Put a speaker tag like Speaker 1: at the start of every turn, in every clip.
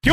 Speaker 1: ¿Qué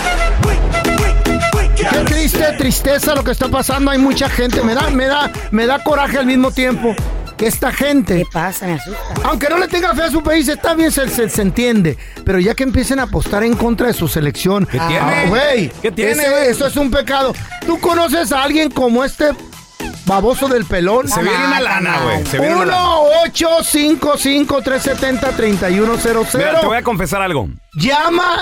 Speaker 2: Qué triste tristeza lo que está pasando. Hay mucha gente. Me da, me da, me da coraje al mismo tiempo. Que esta gente.
Speaker 3: ¿Qué pasa? Me asusta.
Speaker 2: Aunque no le tenga fe a su país, está bien, se, se- se entiende. Pero ya que empiecen a apostar en contra de su selección. ¿Qué
Speaker 1: tiene?
Speaker 2: güey.
Speaker 1: ¿Qué tiene?
Speaker 2: ese- eso es un pecado. ¿Tú conoces a alguien como este baboso del pelón?
Speaker 1: Se viene una lana, güey. Se viene una lana.
Speaker 2: 1-855-370-3100.
Speaker 1: Mira, te voy a confesar algo.
Speaker 2: Llama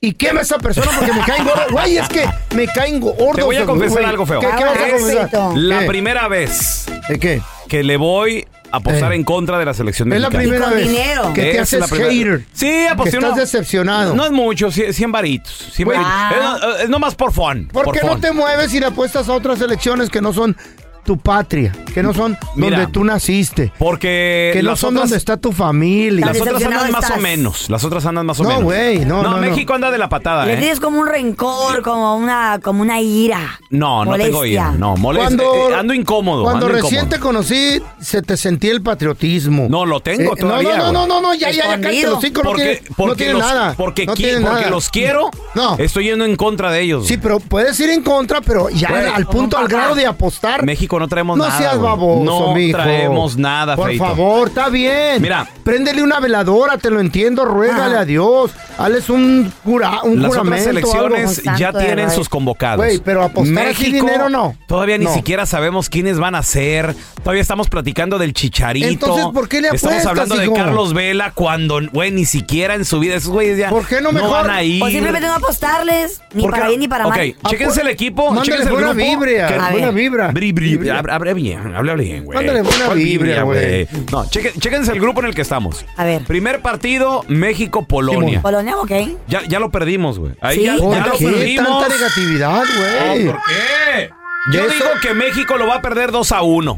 Speaker 2: y quema a esa persona porque me caen gordos. Güey, es que me caen gordos.
Speaker 1: Te voy a confesar
Speaker 2: güey.
Speaker 1: algo, feo.
Speaker 2: ¿Qué, qué vas a
Speaker 3: Ah,
Speaker 2: confesar?
Speaker 3: perfecto.
Speaker 1: La
Speaker 2: ¿Qué?
Speaker 1: primera vez
Speaker 2: ¿De qué?
Speaker 1: que le voy a apostar
Speaker 2: Eh.
Speaker 1: en contra de la selección
Speaker 2: Es la
Speaker 1: mexicana.
Speaker 2: primera
Speaker 3: con
Speaker 2: vez
Speaker 3: dinero.
Speaker 2: que te
Speaker 1: Es la
Speaker 2: haces
Speaker 1: primera-
Speaker 2: hater.
Speaker 1: Sí,
Speaker 2: que
Speaker 1: aposté
Speaker 2: estás
Speaker 1: una-
Speaker 2: decepcionado.
Speaker 1: No es mucho, 100 varitos. 100
Speaker 2: Güey.
Speaker 1: varitos. Es, no- es nomás por fun.
Speaker 2: ¿Por qué no
Speaker 1: fun.
Speaker 2: te mueves y le apuestas a otras elecciones que no son tu patria? Que no son
Speaker 1: Mira,
Speaker 2: donde tú naciste.
Speaker 1: Porque
Speaker 2: Que no
Speaker 1: las
Speaker 2: son
Speaker 1: otras-
Speaker 2: donde está tu familia.
Speaker 1: Las otras
Speaker 3: Decepcionado
Speaker 1: andan más o
Speaker 3: estás.
Speaker 1: menos. Las otras andan más o
Speaker 2: No,
Speaker 1: menos.
Speaker 2: güey, no, no, no.
Speaker 1: México anda de la patada,
Speaker 3: Le
Speaker 1: ¿eh?
Speaker 3: tienes como un rencor, como una, como una ira.
Speaker 1: No, no tengo
Speaker 3: molestia.
Speaker 1: ira. No, molesta.
Speaker 2: Cuando-
Speaker 1: eh, ando incómodo.
Speaker 2: Cuando
Speaker 1: ando
Speaker 2: recién te
Speaker 1: incómodo.
Speaker 2: conocí, se te sentía el patriotismo.
Speaker 1: No, lo tengo
Speaker 2: Eh, no,
Speaker 1: todavía,
Speaker 2: No, no, no,
Speaker 1: güey.
Speaker 2: no, no, ya, ya, ya,
Speaker 3: Escondido.
Speaker 2: cállate los cinco, no
Speaker 1: Porque,
Speaker 2: tiene, no
Speaker 1: porque
Speaker 2: tiene
Speaker 1: los,
Speaker 2: nada.
Speaker 1: Porque,
Speaker 2: no
Speaker 1: qui-
Speaker 2: tiene
Speaker 1: porque
Speaker 2: nada.
Speaker 1: los quiero,
Speaker 2: No.
Speaker 1: estoy yendo en contra de ellos.
Speaker 2: Sí, pero puedes ir en contra, pero ya
Speaker 1: Güey.
Speaker 2: al punto, al grado de apostar.
Speaker 1: México no traemos
Speaker 2: no
Speaker 1: nada.
Speaker 2: seas
Speaker 1: güey.
Speaker 2: baboso,
Speaker 1: no
Speaker 2: mijo.
Speaker 1: traemos nada,
Speaker 2: Por
Speaker 1: feito.
Speaker 2: favor, está bien.
Speaker 1: Mira.
Speaker 2: Préndele una veladora, te lo entiendo, ruégale
Speaker 3: Ah.
Speaker 2: a Dios. Hazles un, cura, un
Speaker 1: Las otras
Speaker 2: juramento.
Speaker 1: elecciones
Speaker 2: algo.
Speaker 1: ya
Speaker 3: Santo de
Speaker 1: tienen
Speaker 3: verdad.
Speaker 1: sus convocados.
Speaker 2: Güey, pero apostar así dinero, no.
Speaker 1: Todavía ni
Speaker 2: No.
Speaker 1: siquiera sabemos quiénes van a ser. Todavía estamos platicando del chicharito.
Speaker 2: Entonces, ¿por qué le
Speaker 1: Estamos
Speaker 2: apuestas,
Speaker 1: hablando de
Speaker 2: hijo?
Speaker 1: Carlos Vela cuando, güey, ni siquiera en su vida. Esos güeyes ya.
Speaker 2: ¿Por qué no mejor?
Speaker 1: van a ir.
Speaker 3: O Pues simplemente no apostarles, ni
Speaker 1: Porque-
Speaker 3: para bien ni para
Speaker 1: Ok,
Speaker 3: mal.
Speaker 1: chéquense el equipo.
Speaker 2: Mándale
Speaker 1: chéquense el
Speaker 2: buena
Speaker 1: grupo,
Speaker 2: vibra.
Speaker 1: que-
Speaker 3: A
Speaker 2: buena
Speaker 3: ver.
Speaker 2: vibra.
Speaker 1: Bri, bri, hable- hable bien, hable bien, güey.
Speaker 2: Mándale buena
Speaker 1: ¿Cuál
Speaker 2: vibra, güey?
Speaker 1: No, cheque- chéquense el grupo en el que estamos.
Speaker 3: A ver.
Speaker 1: Primer partido, México-Polonia.
Speaker 3: Polonia, ok.
Speaker 1: Ya, ya lo perdimos, güey. Ahí
Speaker 3: Sí.
Speaker 1: ya,
Speaker 2: ¿Por
Speaker 1: ya lo
Speaker 2: qué
Speaker 1: perdimos.
Speaker 2: tanta negatividad, güey?
Speaker 1: ¿Por qué?
Speaker 2: ¿Y
Speaker 1: Yo
Speaker 2: eso?
Speaker 1: digo que México lo va a perder 2 a 1.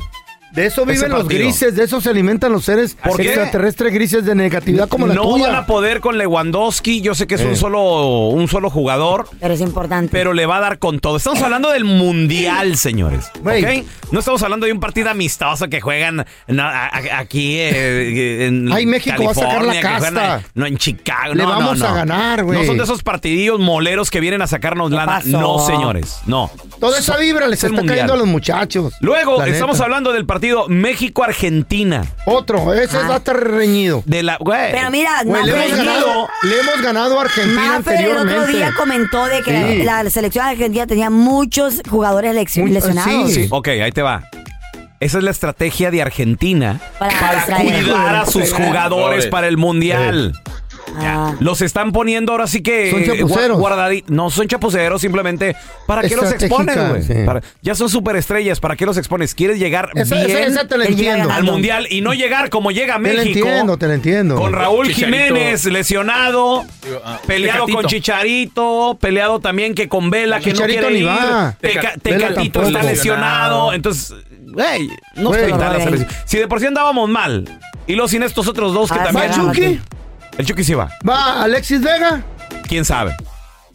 Speaker 2: De eso
Speaker 1: Ese
Speaker 2: viven los
Speaker 1: partido.
Speaker 2: grises, de eso se alimentan los seres
Speaker 1: ¿Por qué?
Speaker 2: extraterrestres grises de negatividad como la
Speaker 1: no
Speaker 2: tuya.
Speaker 1: van a poder con Lewandowski. Yo sé que es
Speaker 2: Eh.
Speaker 1: un solo un solo jugador.
Speaker 3: Pero es importante.
Speaker 1: Pero le va a dar con todo. Estamos hablando del mundial, señores. ¿ok? No estamos hablando de un partido amistoso que juegan no, a- a- aquí eh, en
Speaker 2: Ay, México va a sacar la
Speaker 1: California, que juegan,
Speaker 2: casta.
Speaker 1: eh, no, en Chicago.
Speaker 2: Le
Speaker 1: No, no,
Speaker 2: vamos a
Speaker 1: no.
Speaker 2: ganar, güey.
Speaker 1: No son de esos partidillos moleros que vienen a sacarnos lana.
Speaker 2: pasó?
Speaker 1: No, señores. No.
Speaker 2: Toda esa
Speaker 1: So-
Speaker 2: vibra les
Speaker 1: es el
Speaker 2: está
Speaker 1: mundial.
Speaker 2: cayendo a los muchachos.
Speaker 1: Luego
Speaker 2: La
Speaker 1: estamos
Speaker 2: neta.
Speaker 1: hablando del partido México-Argentina.
Speaker 2: Otro, ese va a estar reñido.
Speaker 1: De la, güey.
Speaker 3: Ah. Pero mira,
Speaker 2: Güey,
Speaker 3: Mafer,
Speaker 2: le, hemos
Speaker 3: el-
Speaker 2: ganado, le hemos ganado a Argentina
Speaker 3: Mafer el
Speaker 2: anteriormente.
Speaker 3: otro día comentó de que
Speaker 2: Sí.
Speaker 3: la, la selección argentina tenía muchos jugadores lec-
Speaker 2: Muy-
Speaker 3: lesionados.
Speaker 1: ah, Sí. Ok, ahí te va. Esa es la estrategia de Argentina
Speaker 3: Para
Speaker 1: para
Speaker 3: distraer.
Speaker 1: cuidar a sus jugadores para el mundial.
Speaker 3: Ah.
Speaker 1: Los están poniendo ahora sí que.
Speaker 2: Son
Speaker 1: eh,
Speaker 2: chapuceros.
Speaker 1: gua- guardadi- no, son chapuceros simplemente. ¿Para qué los expones,
Speaker 2: Estratégica,
Speaker 1: güey?
Speaker 2: sí.
Speaker 1: Para- Ya son superestrellas. ¿Para qué los expones? ¿Quieres llegar
Speaker 2: Esa- esa-
Speaker 1: bien
Speaker 2: esa te la
Speaker 1: al
Speaker 2: entiendo.
Speaker 1: mundial y no llegar como llega
Speaker 2: Te
Speaker 1: México?
Speaker 2: la entiendo, te la entiendo.
Speaker 1: Con Raúl
Speaker 4: Chicharito.
Speaker 1: Jiménez lesionado, peleado
Speaker 4: Tecatito.
Speaker 1: con Chicharito, peleado también que con Vela, que
Speaker 2: Chicharito
Speaker 1: no quiere
Speaker 2: ni
Speaker 1: ir.
Speaker 2: va.
Speaker 1: Teca-
Speaker 2: Vela
Speaker 1: Tecatito
Speaker 2: tampoco.
Speaker 1: está lesionado. Entonces, güey, no
Speaker 2: Güey,
Speaker 1: estoy tan
Speaker 2: no, güey.
Speaker 1: la selección. Si de por sí andábamos mal, y luego sin estos otros dos que
Speaker 3: Ah,
Speaker 1: también.
Speaker 2: ¿Va Chucky?
Speaker 1: El Chucky sí va.
Speaker 2: ¿Va Alexis Vega?
Speaker 1: ¿Quién sabe?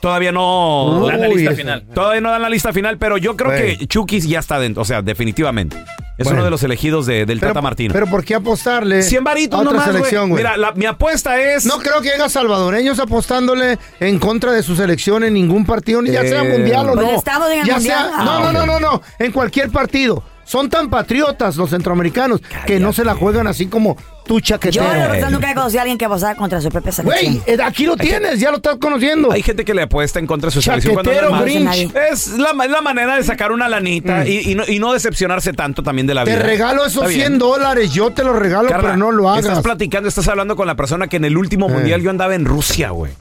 Speaker 1: Todavía no
Speaker 2: Uy,
Speaker 1: dan la lista
Speaker 2: eso.
Speaker 1: final. Todavía no dan la lista final, pero yo creo
Speaker 2: Güey.
Speaker 1: que Chucky ya está dentro. O sea, definitivamente. Es
Speaker 2: Bueno.
Speaker 1: uno de los elegidos de- del
Speaker 2: Pero,
Speaker 1: Tata Martino.
Speaker 2: pero ¿por qué apostarle
Speaker 1: 100
Speaker 2: a
Speaker 1: varitos
Speaker 2: otra
Speaker 1: nomás, güey.
Speaker 2: selección, güey?
Speaker 1: Mira, la- mi apuesta es...
Speaker 2: No creo que haya salvadoreños apostándole en contra de su selección en ningún partido, ni ya sea
Speaker 1: Eh,
Speaker 2: mundial o
Speaker 3: Pues
Speaker 2: no.
Speaker 3: estamos en el
Speaker 2: ya
Speaker 3: mundial.
Speaker 2: sea-
Speaker 3: Ah,
Speaker 2: no, no,
Speaker 3: ok.
Speaker 2: no, no, no, en cualquier partido. Son tan patriotas los centroamericanos que no se la juegan así como tu
Speaker 3: Yo la
Speaker 2: chaquetero.
Speaker 3: verdad nunca he conocido a alguien que pasara contra su propia selección.
Speaker 2: Güey, eh, aquí lo tienes, ya lo estás conociendo.
Speaker 1: Hay gente que le apuesta en contra de su selección cuando
Speaker 2: Chaquetero, Mm.
Speaker 1: no es
Speaker 3: grinch.
Speaker 1: más. Es la, es la manera de sacar una lanita y, y no, y no decepcionarse tanto también de la
Speaker 2: Te
Speaker 1: vida.
Speaker 2: regalo
Speaker 1: Está
Speaker 2: esos
Speaker 1: bien.
Speaker 2: 100 dólares, yo te los regalo,
Speaker 1: Carla,
Speaker 2: pero no lo hagas.
Speaker 1: Estás platicando, estás hablando con la persona que en el último
Speaker 2: Eh.
Speaker 1: mundial yo andaba en Rusia, güey.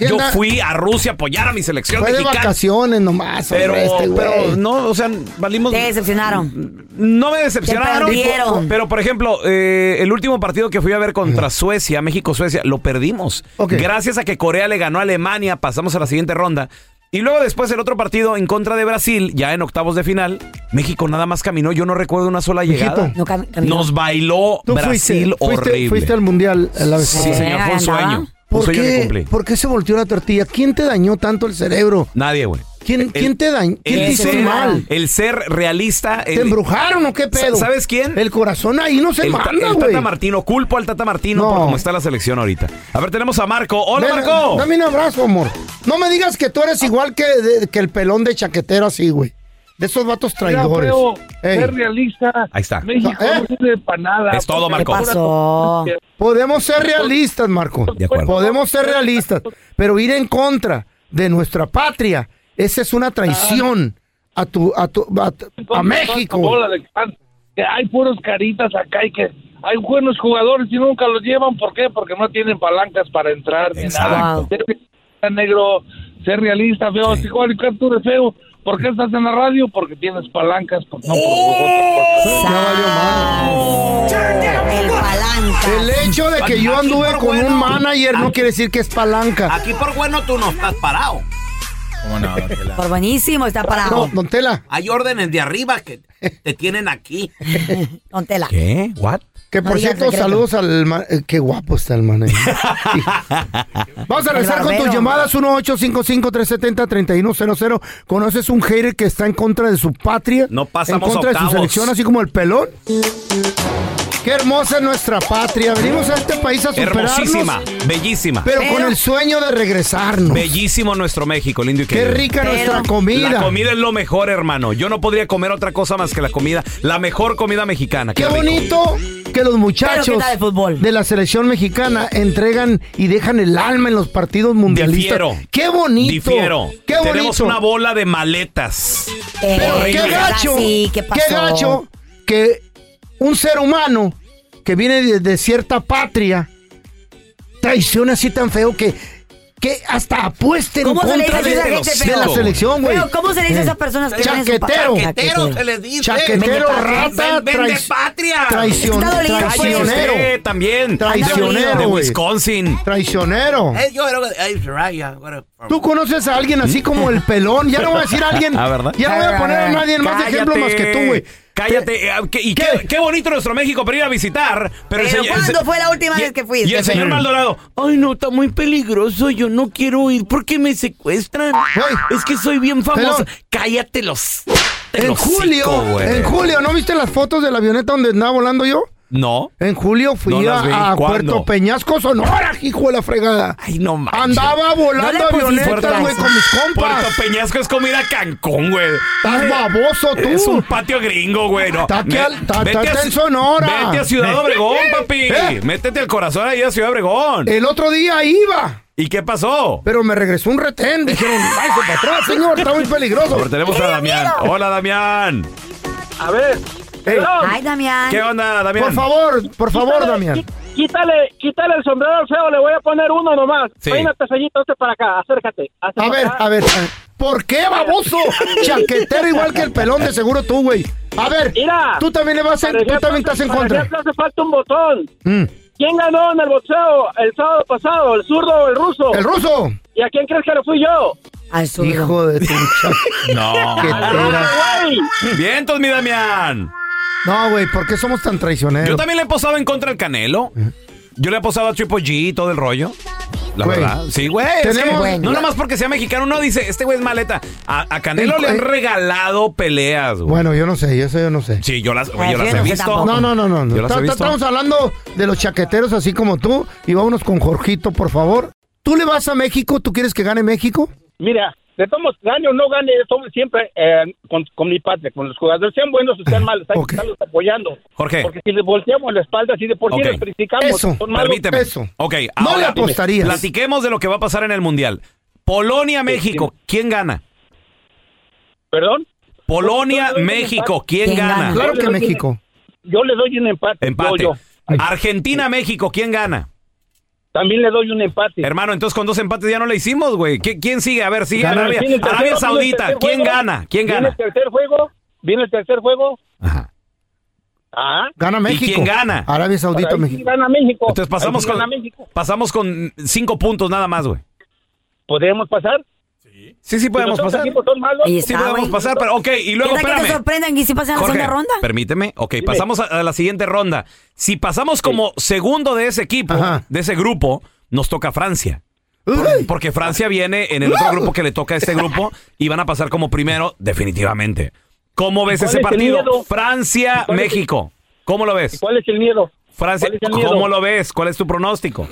Speaker 2: Sí,
Speaker 1: Yo
Speaker 2: anda-
Speaker 1: fui a Rusia a apoyar a mi selección
Speaker 2: Fue de
Speaker 1: mexicana.
Speaker 2: vacaciones nomás,
Speaker 1: Pero,
Speaker 2: hombre, este güey.
Speaker 1: pero no, o sea, valimos.
Speaker 3: Te decepcionaron.
Speaker 1: No me
Speaker 3: Te
Speaker 1: decepcionaron.
Speaker 3: perdieron.
Speaker 1: Pero, por ejemplo, eh, el último partido que fui a ver contra Suecia, México-Suecia, lo perdimos.
Speaker 2: Ok.
Speaker 1: Gracias a que Corea le ganó a Alemania, pasamos a la siguiente ronda. Y luego después el otro partido en contra de Brasil, ya en octavos de final, México nada más caminó, yo no recuerdo una sola
Speaker 2: Mijito,
Speaker 1: llegada.
Speaker 3: No cam- caminó.
Speaker 1: Nos bailó
Speaker 2: Tú fuiste,
Speaker 1: Brasil
Speaker 2: fuiste-
Speaker 1: horrible.
Speaker 2: fuiste al mundial eh, la vez
Speaker 1: Sí,
Speaker 2: pasada.
Speaker 1: señor, fue un
Speaker 3: Ganaba.
Speaker 1: sueño. Un
Speaker 2: ¿Por
Speaker 1: sueño que
Speaker 2: qué,
Speaker 1: cumplí.
Speaker 2: ¿Por qué se volteó la tortilla? ¿Quién te dañó tanto el cerebro?
Speaker 1: Nadie, güey.
Speaker 2: ¿Quién,
Speaker 1: El-
Speaker 2: quién te dañó? ¿Quién te
Speaker 1: el
Speaker 2: hizo
Speaker 1: ser-
Speaker 2: mal?
Speaker 1: El ser realista.
Speaker 2: ¿Te
Speaker 1: el-
Speaker 2: embrujaron o qué pedo?
Speaker 1: ¿Sabes quién?
Speaker 2: El corazón ahí no se
Speaker 1: el, ta-
Speaker 2: manda,
Speaker 1: el
Speaker 2: güey.
Speaker 1: Tata Martino. Culpo al Tata Martino
Speaker 2: No.
Speaker 1: por cómo está la selección ahorita. A ver, tenemos a Marco. ¡Hola,
Speaker 2: Ven,
Speaker 1: Marco!
Speaker 2: Dame un abrazo, amor. No me digas que tú eres igual que, de- que el pelón de chaquetero así, güey. De esos vatos traidores. Ey,
Speaker 5: realista.
Speaker 1: Ahí está.
Speaker 5: México
Speaker 2: ¿Eh?
Speaker 5: no sirve para nada.
Speaker 1: Es todo,
Speaker 3: ¿Qué
Speaker 1: Marco.
Speaker 3: pasó?
Speaker 2: podemos ser realistas, Marco.
Speaker 1: De acuerdo.
Speaker 2: Podemos ser realistas. Pero ir en contra de nuestra patria, esa es una traición a tu, a tu, a, tu- a México.
Speaker 5: Bola de can- Que hay puros caritas acá y que hay buenos jugadores y nunca los llevan. ¿Por qué? Porque no tienen palancas para entrar ni nada.
Speaker 1: Exacto.
Speaker 5: Ser realista, negro, ser realista, feo. Si Juan Ricardo, tú eres feo. ¿Por qué estás en la radio? Porque tienes palancas. Por,
Speaker 1: ¡Oh!
Speaker 5: no, por-
Speaker 2: Ya valió madre.
Speaker 3: El palanca.
Speaker 2: El hecho de que yo
Speaker 1: Aquí
Speaker 2: anduve
Speaker 1: por
Speaker 2: con
Speaker 1: bueno.
Speaker 2: un manager no quiere decir que es palanca.
Speaker 1: Aquí por bueno tú no estás parado.
Speaker 3: Por buenísimo está parado.
Speaker 2: No, don Tela,
Speaker 1: Hay órdenes de arriba que te tienen aquí.
Speaker 3: Don Tela.
Speaker 1: ¿Qué? ¿What?
Speaker 2: que por
Speaker 3: No digas
Speaker 2: cierto,
Speaker 3: secreto.
Speaker 2: saludos al... ma- eh, qué guapo está el manager. Sí. Vamos a
Speaker 3: El
Speaker 2: regresar con tus
Speaker 3: barbero.
Speaker 2: llamadas 1-855-370-3100. ¿Conoces un hater que está en contra de su patria?
Speaker 1: No pasamos
Speaker 2: En contra de su
Speaker 1: octavos.
Speaker 2: selección, así como el pelón. Qué hermosa es nuestra patria. Venimos a este país a superarnos,
Speaker 1: Hermosísima, bellísima.
Speaker 2: pero con
Speaker 3: Pero-
Speaker 2: el sueño de regresarnos.
Speaker 1: Bellísimo nuestro México, lindo y
Speaker 2: Qué
Speaker 1: querido.
Speaker 2: rica
Speaker 3: Pero-
Speaker 2: nuestra comida.
Speaker 1: La comida es lo mejor, hermano. Yo no podría comer otra cosa más que la comida, la mejor comida mexicana.
Speaker 2: Qué
Speaker 1: rico.
Speaker 2: bonito que los
Speaker 3: Pero
Speaker 2: muchachos
Speaker 3: ¿qué tal el fútbol?
Speaker 2: de la selección mexicana entregan y dejan el alma en los partidos mundialistas.
Speaker 1: Difiero.
Speaker 2: Qué bonito.
Speaker 1: Difiero.
Speaker 2: Qué
Speaker 1: Tenemos
Speaker 2: bonito.
Speaker 1: una bola de maletas.
Speaker 3: Eh,
Speaker 2: Pero qué
Speaker 3: ¿verdad?
Speaker 2: gacho.
Speaker 3: Sí, ¿qué pasó?
Speaker 2: gacho que un ser humano que viene de, de cierta patria traiciona así tan feo que que hasta apuesten
Speaker 3: ¿Cómo se le
Speaker 2: contra
Speaker 3: dice
Speaker 2: de,
Speaker 3: a esa gente,
Speaker 2: de
Speaker 3: feo?
Speaker 2: la selección, güey. Eh,
Speaker 3: Pero, ¿cómo se le dice a esas personas que tienen su pa-
Speaker 2: Chaquetero.
Speaker 3: Chaquetero se les
Speaker 1: dice.
Speaker 2: Chaquetero,
Speaker 3: Vende patria.
Speaker 2: rata,
Speaker 1: Ven- vende
Speaker 2: traic-
Speaker 1: patria.
Speaker 2: traicion-
Speaker 3: Está dolido, pues.
Speaker 2: traicionero.
Speaker 1: Usted también.
Speaker 2: Traicionero,
Speaker 1: De
Speaker 2: güey.
Speaker 1: Wisconsin.
Speaker 2: Traicionero. Oh.
Speaker 1: Eh,
Speaker 2: Tú conoces a alguien así como el pelón. Ya no voy a decir a alguien.
Speaker 1: Ah, ¿verdad?
Speaker 2: Ya no voy a poner a nadie más de
Speaker 1: Cállate.
Speaker 2: ejemplo más que tú, güey.
Speaker 1: Cállate. eh, que- y qué, qué bonito nuestro México para ir a visitar. Pero,
Speaker 3: Pero
Speaker 1: el señor- el
Speaker 3: ¿cuándo
Speaker 1: se-
Speaker 3: fue la última
Speaker 1: y-
Speaker 3: vez que fuiste?
Speaker 1: Y el señor
Speaker 3: Felipe?
Speaker 1: Maldonado.
Speaker 4: Ay, no, está muy peligroso. Yo no quiero ir porque me secuestran. Es que soy bien famoso. Cállate los. te
Speaker 2: En
Speaker 4: los hocico,
Speaker 2: julio,
Speaker 4: güey.
Speaker 2: en julio, ¿no viste las fotos de la avioneta donde andaba volando yo?
Speaker 1: No.
Speaker 2: En julio fui
Speaker 1: No las vi.
Speaker 2: a, a
Speaker 1: ¿Cuándo?
Speaker 2: Puerto Peñasco, Sonora, hijo de la fregada. Ay,
Speaker 4: no
Speaker 2: Andaba volando avionetas, güey, con mis compas.
Speaker 1: Puerto Peñasco es como ir a Cancún, güey.
Speaker 2: Estás baboso, tú.
Speaker 1: Es un patio gringo, güey. No.
Speaker 2: Está aquí
Speaker 1: Ve-
Speaker 2: al- está-
Speaker 1: vete
Speaker 2: está
Speaker 1: a-
Speaker 2: en Sonora.
Speaker 1: Vete a Ciudad Obregón, papi.
Speaker 2: ¿Eh?
Speaker 1: Métete al corazón ahí a Ciudad Obregón.
Speaker 2: El otro día iba,
Speaker 1: ¿Y qué pasó?
Speaker 2: pero me regresó un retén. Dijeron, váyase para atrás, señor, está muy peligroso.
Speaker 1: Ahora tenemos a Damián. Hola, Damián.
Speaker 2: A ver.
Speaker 3: Ay, Damián.
Speaker 1: ¿Qué onda, Damián?
Speaker 2: Por favor, por favor,
Speaker 6: Quítale,
Speaker 2: Damián.
Speaker 6: qui- Quítale, quítale el sombrero al feo, le voy a poner uno nomás.
Speaker 2: Sí.
Speaker 6: Peínate, Fellito, hazte este para acá, acércate. hazte
Speaker 2: A
Speaker 6: para
Speaker 2: ver,
Speaker 6: acá.
Speaker 2: a ver. a ver. ¿Por qué, baboso? Chaquetero igual que el pelón de seguro tú, güey. A ver, tú también le vas a...
Speaker 6: Por
Speaker 2: Tú
Speaker 6: ejemplo,
Speaker 2: también estás en
Speaker 6: por
Speaker 2: contra. Mm.
Speaker 6: ejemplo, hace falta un botón. ¿Quién ganó en el boxeo el sábado pasado? ¿El zurdo o el ruso?
Speaker 2: ¿El ruso?
Speaker 6: ¿Y a quién crees que lo fui yo?
Speaker 2: Hijo de tu
Speaker 1: No.
Speaker 6: ¡Ay!
Speaker 1: Vientos, mi Damián.
Speaker 2: No, güey, ¿por qué somos tan traicioneros?
Speaker 1: Yo también le he posado en contra del Canelo. Yo le he posado a Triple G y todo el rollo. La
Speaker 2: Güey.
Speaker 1: verdad. Sí, güey. es que
Speaker 2: Tenemos- Bueno.
Speaker 1: No nomás porque sea mexicano, uno dice, este güey es maleta. A, a Canelo
Speaker 2: En-
Speaker 1: le han
Speaker 2: en-
Speaker 1: regalado peleas, güey.
Speaker 2: Bueno, yo no sé, eso yo no sé.
Speaker 1: Sí, yo las, güey, yo las he visto.
Speaker 2: No, no, no, no. no.
Speaker 1: Yo las
Speaker 2: Ta-
Speaker 1: he
Speaker 2: ta-
Speaker 1: visto.
Speaker 2: Estamos hablando de los chaqueteros así como tú y vámonos con Jorgito, por favor. ¿Tú le vas a México? ¿Tú quieres que gane México?
Speaker 6: Mira, de todos modos, gane o no gane, somos siempre eh, con, con mi patria, con los jugadores, sean buenos o
Speaker 2: Eh,
Speaker 6: sean malos, hay que estarlos apoyando.
Speaker 1: Jorge.
Speaker 6: Porque si les volteamos la espalda, así de por sí
Speaker 1: Ok.
Speaker 6: los criticamos. son malos.
Speaker 1: Permíteme.
Speaker 2: Pues,
Speaker 1: Ok,
Speaker 6: No
Speaker 1: ahora
Speaker 6: le apostarías.
Speaker 1: Platiquemos de lo que va a pasar en el Mundial. Polonia-México, ¿quién gana?
Speaker 6: ¿Perdón?
Speaker 1: Polonia-México, ¿quién gana?
Speaker 2: Claro que México.
Speaker 6: Yo le doy un empate.
Speaker 1: Empate.
Speaker 6: Yo, yo.
Speaker 1: Argentina-México, ¿quién gana?
Speaker 6: También le doy un empate.
Speaker 1: Hermano, entonces con dos empates ya no le hicimos, güey. ¿Qui- ¿Quién sigue? A ver, sigue
Speaker 6: Gana
Speaker 1: Arabia,
Speaker 6: Argentina, el tercero,
Speaker 1: Arabia
Speaker 6: viene el
Speaker 1: Saudita.
Speaker 6: tercer
Speaker 1: ¿Quién
Speaker 6: juego.
Speaker 1: gana? ¿Quién
Speaker 6: Viene
Speaker 1: gana?
Speaker 6: el tercer juego. Viene el tercer juego. Ah.
Speaker 2: Gana México.
Speaker 1: ¿Y quién gana?
Speaker 2: Arabia Saudita,
Speaker 6: Ahí sí
Speaker 2: México.
Speaker 6: Gana México.
Speaker 1: Entonces pasamos
Speaker 6: Ahí sí
Speaker 1: con,
Speaker 6: gana México.
Speaker 1: pasamos con cinco puntos nada más, güey.
Speaker 6: ¿Podríamos pasar?
Speaker 1: Sí, sí podemos
Speaker 6: Si los otros
Speaker 1: pasar.
Speaker 6: equipos son malos,
Speaker 1: Ahí está, Sí podemos güey. pasar, pero- ok, y luego,
Speaker 3: ¿Qué tal que te
Speaker 1: espérame.
Speaker 3: sorprendan y si pasan a la
Speaker 1: Jorge,
Speaker 3: segunda ronda?
Speaker 1: Permíteme. Ok, pasamos a, a la siguiente ronda. Si pasamos como segundo de ese equipo, de ese grupo, nos toca Francia. Por- porque Francia viene en el otro grupo que le toca a este grupo y van a pasar como primero, definitivamente. ¿Cómo ves
Speaker 6: ¿Cuál
Speaker 1: ese
Speaker 6: es el
Speaker 1: partido?
Speaker 6: miedo? ¿Cuál es el-
Speaker 1: Francia-México. ¿Cómo lo ves?
Speaker 6: ¿Cuál es el miedo?
Speaker 1: Francia,
Speaker 6: ¿Cuál es el miedo?
Speaker 1: ¿cómo lo ves? ¿Cuál es tu pronóstico?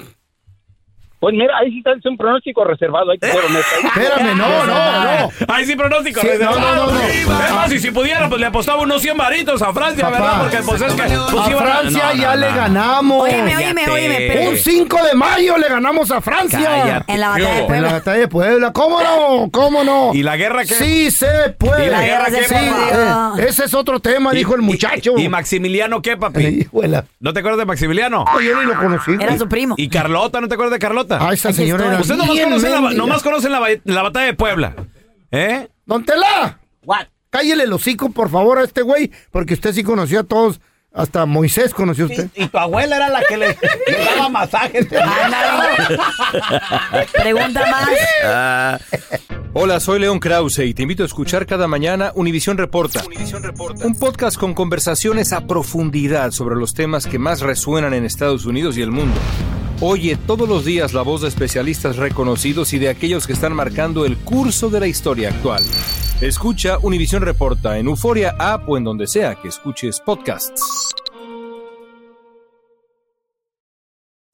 Speaker 6: Pues mira, ahí sí está es un pronóstico reservado. Hay que ser honesto.
Speaker 2: Espérame, no, no, no.
Speaker 1: Ahí sí pronóstico.
Speaker 2: Sí,
Speaker 1: reservado.
Speaker 2: no, no, no, no.
Speaker 1: Es más, y si pudiera, pues le apostaba unos 100 varitos a Francia,
Speaker 2: Papá.
Speaker 1: ¿verdad? Porque pues es que... pues,
Speaker 2: A
Speaker 1: iban
Speaker 2: Francia
Speaker 1: no, no,
Speaker 2: ya
Speaker 1: no.
Speaker 2: le ganamos.
Speaker 1: Óyeme, óyeme, óyeme, pero-
Speaker 2: Un 5 de mayo le ganamos a Francia.
Speaker 1: Eh, Cállate, En la batalla de tío. Puebla.
Speaker 2: En la batalla de Puebla. ¿Cómo no? ¿Cómo no?
Speaker 1: ¿Y la guerra qué?
Speaker 2: Sí se puede.
Speaker 1: ¿Y la guerra qué,
Speaker 2: Sí,
Speaker 1: papá?
Speaker 2: eh, ese es otro tema, dijo el muchacho.
Speaker 1: ¿Y Maximiliano qué, papi? ¿No te acuerdas de Maximiliano?
Speaker 2: No, yo ni lo conocí.
Speaker 3: Era su primo.
Speaker 1: ¿Y Carlota? ¿No te acuerdas de Carlota? Ah,
Speaker 2: esa señora era
Speaker 1: Ustedes nomás
Speaker 2: bien
Speaker 1: conocen, la,
Speaker 2: mendiga.
Speaker 1: nomás conocen la, ba- la batalla de Puebla. ¿Eh?
Speaker 2: Don Tela. Cállele el hocico, por favor, a este güey, porque usted sí conoció a todos. Hasta Moisés conoció a usted.
Speaker 7: Y tu abuela era la que le, le daba masajes.
Speaker 3: Pregunta más.
Speaker 8: Ah. Hola, soy León Krause y te invito a escuchar cada mañana Univisión Reporta. Un podcast con conversaciones a profundidad sobre los temas que más resuenan en Estados Unidos y el mundo. Oye todos los días la voz de especialistas reconocidos y de aquellos que están marcando el curso de la historia actual. Escucha Univisión Reporta en Euforia App o en donde sea que escuches podcasts.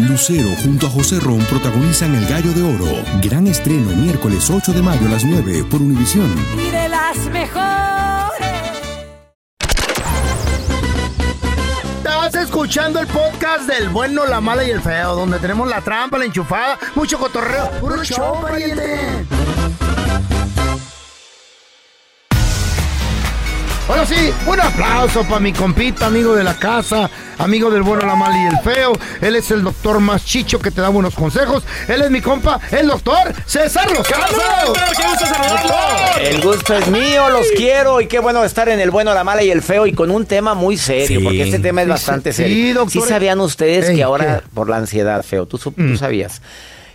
Speaker 9: Lucero junto a José Ron protagonizan El Gallo de Oro. Gran estreno miércoles 8 de mayo a las 9 por Univisión.
Speaker 10: Y de las mejores.
Speaker 2: Estás escuchando el podcast del bueno, la mala y el feo, donde tenemos la trampa, la enchufada, mucho cotorreo. ¡Puro show, pariente! Ahora sí, un aplauso para mi compita, amigo de la casa, amigo del bueno, la mala y el feo. Él es el doctor más chicho que te da buenos consejos. Él es mi compa, el doctor César Lozano.
Speaker 11: El gusto es mío, los quiero y qué bueno estar en el bueno, la mala y el feo y con un tema muy serio,
Speaker 12: Sí.
Speaker 11: porque este tema es
Speaker 12: Sí,
Speaker 11: bastante
Speaker 12: sí,
Speaker 11: serio. Sí,
Speaker 12: doctor.
Speaker 11: sabían ustedes
Speaker 12: Ey,
Speaker 11: que ahora,
Speaker 12: ¿qué? Mm.
Speaker 11: por la ansiedad, feo, tú, sup- tú sabías,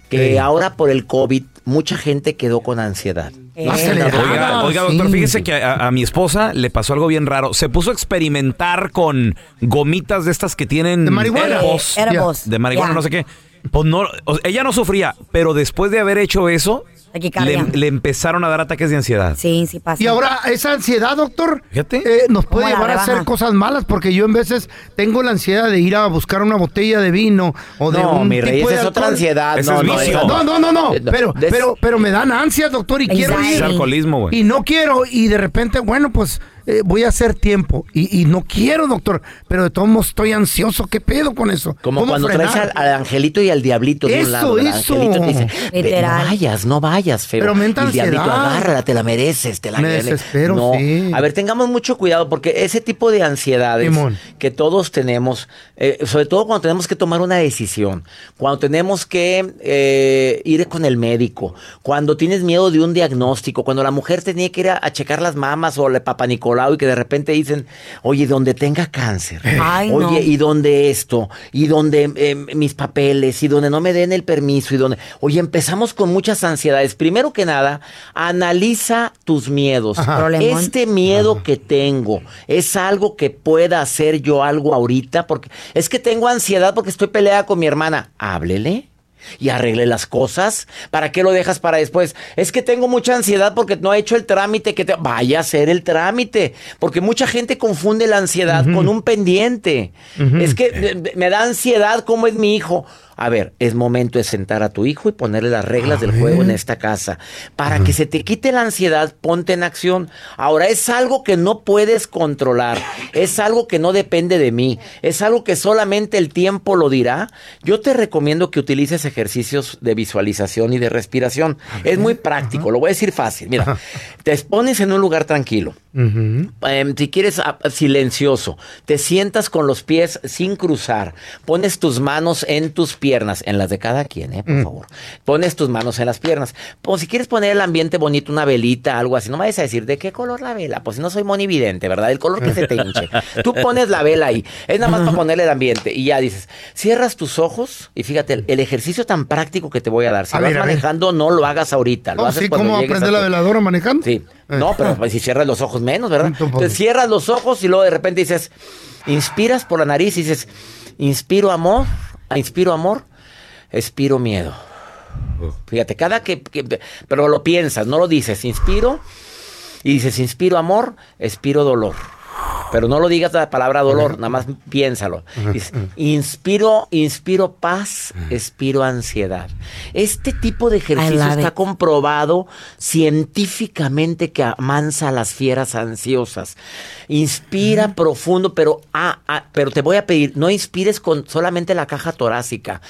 Speaker 11: que
Speaker 12: Ey.
Speaker 11: ahora por el COVID mucha gente quedó con ansiedad.
Speaker 1: Oiga, oiga, doctor, fíjese que a, a mi esposa le pasó algo bien raro. Se puso a experimentar con gomitas de estas que tienen...
Speaker 2: De marihuana.
Speaker 1: Erebos.
Speaker 2: Eh, Erebos.
Speaker 1: De marihuana,
Speaker 2: Ya.
Speaker 1: no sé qué. Pues no, o sea, ella no sufría, pero después de haber hecho eso,
Speaker 3: Taquicardia.
Speaker 1: le, le empezaron a dar ataques de ansiedad.
Speaker 3: Sí, sí pasa.
Speaker 2: Y ahora esa ansiedad, doctor, eh, nos
Speaker 3: ¿Cómo
Speaker 2: puede
Speaker 3: la
Speaker 2: llevar a hacer
Speaker 3: rebaja?
Speaker 2: cosas malas porque yo en veces tengo la ansiedad de ir a buscar una botella de vino o de
Speaker 11: No,
Speaker 2: un
Speaker 11: mi rey,
Speaker 2: tipo
Speaker 11: esa
Speaker 2: de
Speaker 11: es otra
Speaker 2: alcohol.
Speaker 11: ansiedad.
Speaker 2: Ese
Speaker 11: No,
Speaker 2: es
Speaker 11: no,
Speaker 2: vicio.
Speaker 11: esa no.
Speaker 2: no, no, no, no,
Speaker 11: Eh, no,
Speaker 2: Pero,
Speaker 11: de-
Speaker 2: pero, pero me dan ansias, doctor, y quiero
Speaker 11: Anxiety. Es
Speaker 2: ir.
Speaker 11: alcoholismo, güey.
Speaker 2: Y no quiero y de repente, bueno, pues eh, voy a hacer tiempo y, y no quiero, doctor, pero de todos modos estoy ansioso. ¿Qué pedo con eso?
Speaker 11: Como
Speaker 2: ¿Cómo
Speaker 11: cuando
Speaker 2: frenar?
Speaker 11: traes al, al angelito y al diablito de
Speaker 2: Eso,
Speaker 11: un lado. ¿verdad?
Speaker 2: eso.
Speaker 11: El angelito te dice, "Ve,
Speaker 2: Literal.
Speaker 11: no vayas, no vayas, feo.
Speaker 2: Pero me entra
Speaker 11: Y el diablito,
Speaker 2: ansiedad.
Speaker 11: agárrala, te la mereces, te la
Speaker 2: Me
Speaker 11: mereces.
Speaker 2: desespero,
Speaker 11: No.
Speaker 2: sí.
Speaker 11: A ver, tengamos mucho cuidado porque ese tipo de ansiedades
Speaker 2: Simón.
Speaker 11: que todos tenemos, eh, sobre todo cuando tenemos que tomar una decisión, cuando tenemos que eh, ir con el médico, cuando tienes miedo de un diagnóstico, cuando la mujer tenía que ir a, a checar las mamas o el papá Nicolau y que de repente dicen, oye, donde tenga cáncer,
Speaker 2: Eh.
Speaker 3: Ay,
Speaker 11: oye,
Speaker 3: no.
Speaker 11: y donde esto, y donde eh, mis papeles, y donde no me den el permiso, y donde... Oye, empezamos con muchas ansiedades. Primero que nada, analiza tus miedos.
Speaker 3: Ajá. Problemón.
Speaker 11: Este miedo que tengo es algo que pueda hacer yo algo ahorita, porque es que tengo ansiedad porque estoy peleada con mi hermana. Háblele. Y arregle las cosas. ¿Para qué lo dejas para después? Es que tengo mucha ansiedad porque no he hecho el trámite que te. Vaya a hacer el trámite. Porque mucha gente confunde la ansiedad con un pendiente. Es que eh, me da ansiedad cómo es mi hijo. A ver, es momento de sentar a tu hijo y ponerle las reglas del juego en esta casa. Para que se te quite la ansiedad, ponte en acción. Ahora, es algo que no puedes controlar, es algo que no depende de mí, es algo que solamente el tiempo lo dirá. Yo te recomiendo que utilices ejercicios de visualización y de respiración. Es muy práctico, lo voy a decir fácil. Mira, te pones en un lugar tranquilo. Em, si quieres ah, silencioso, te sientas con los pies sin cruzar, pones tus manos en tus piernas, en las de cada quien, ¿eh? por favor. Pones tus manos en las piernas. Pues si quieres poner el ambiente bonito, una velita, algo así, no me vayas a decir de qué color la vela, pues no soy monividente, ¿verdad? El color que se te hinche. Tú pones la vela ahí, es nada más para ponerle el ambiente y ya dices, cierras tus ojos y fíjate, el, el ejercicio tan práctico que te voy a dar, si
Speaker 2: A
Speaker 11: vas
Speaker 2: ver, a ver.
Speaker 11: manejando, no lo hagas ahorita, lo
Speaker 2: Oh,
Speaker 11: haces
Speaker 2: sí,
Speaker 11: cuando
Speaker 2: ¿cómo
Speaker 11: llegues a
Speaker 2: aprender la
Speaker 11: tu-
Speaker 2: veladora manejando?
Speaker 11: Sí. No, pero pues, si cierras los ojos menos, ¿verdad? Te cierras los ojos y luego de repente dices, inspiras por la nariz y dices, inspiro amor, inspiro amor, expiro miedo. Fíjate, cada que, que- Pero lo piensas, no lo dices. Inspiro y dices, inspiro amor, expiro dolor. Pero no lo digas la palabra dolor, nada más piénsalo. Dices, inspiro, inspiro paz, expiro ansiedad. Este tipo de ejercicio
Speaker 3: love
Speaker 11: está
Speaker 3: it.
Speaker 11: comprobado científicamente que amansa a las fieras ansiosas. Inspira profundo, pero, ah, ah, pero te voy a pedir, no inspires con solamente la caja torácica.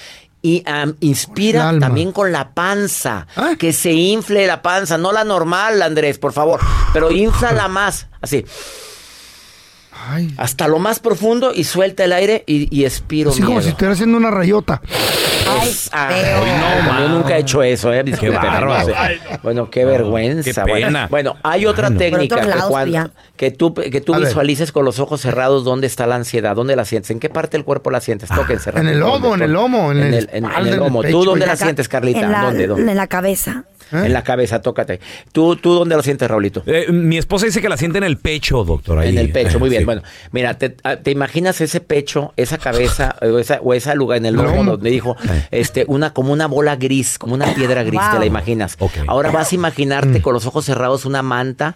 Speaker 11: Y am,
Speaker 2: Con el
Speaker 11: inspira
Speaker 2: alma. Ah.
Speaker 11: también con la panza, que se infle la panza, no la normal, Andrés, por favor, pero inflala más, así. Hasta lo más profundo y suelta el aire y, y expiro
Speaker 2: Así como
Speaker 11: miedo.
Speaker 2: si estuviera haciendo una rayota.
Speaker 11: Es- ah, no, yo nunca he hecho eso, ¿eh? Discúlpeme,
Speaker 2: bárbaro.
Speaker 11: no sé. Bueno, qué vergüenza.
Speaker 1: qué
Speaker 11: bueno.
Speaker 1: pena.
Speaker 11: Bueno, hay otra
Speaker 1: Ay, no.
Speaker 11: técnica
Speaker 3: Por otros
Speaker 11: que,
Speaker 3: lados,
Speaker 11: cuando-
Speaker 3: ya.
Speaker 11: que tú, que tú
Speaker 3: A ver.
Speaker 11: visualices con los ojos cerrados dónde está la ansiedad, dónde la sientes, en qué parte del cuerpo la sientes. Tóquense.
Speaker 2: Ah, en el
Speaker 11: rápido,
Speaker 2: lomo,
Speaker 11: ¿dónde?
Speaker 2: en el lomo, en el
Speaker 11: el, en- en
Speaker 2: espalda,
Speaker 11: el
Speaker 2: en el
Speaker 11: lomo.
Speaker 2: pecho,
Speaker 11: ¿Tú dónde
Speaker 2: en
Speaker 11: la
Speaker 2: la ca-
Speaker 11: sientes, Carlita?
Speaker 3: En la,
Speaker 11: ¿Dónde? dónde?
Speaker 3: en la cabeza.
Speaker 11: En la cabeza, tócate. ¿Tú, ¿Tú dónde lo sientes, Raulito?
Speaker 1: Eh, mi esposa dice que la siente en el pecho, doctor. ahí.
Speaker 11: En el pecho, muy bien.
Speaker 1: Sí.
Speaker 11: Bueno, mira, te, a- te imaginas ese pecho, esa cabeza o esa, o ese lugar en el lomo donde dijo,
Speaker 1: Eh.
Speaker 11: este, una como una bola gris, como una piedra gris, te
Speaker 12: Wow.
Speaker 1: Mm.
Speaker 11: la imaginas. Ahora vas a imaginarte con los ojos cerrados una manta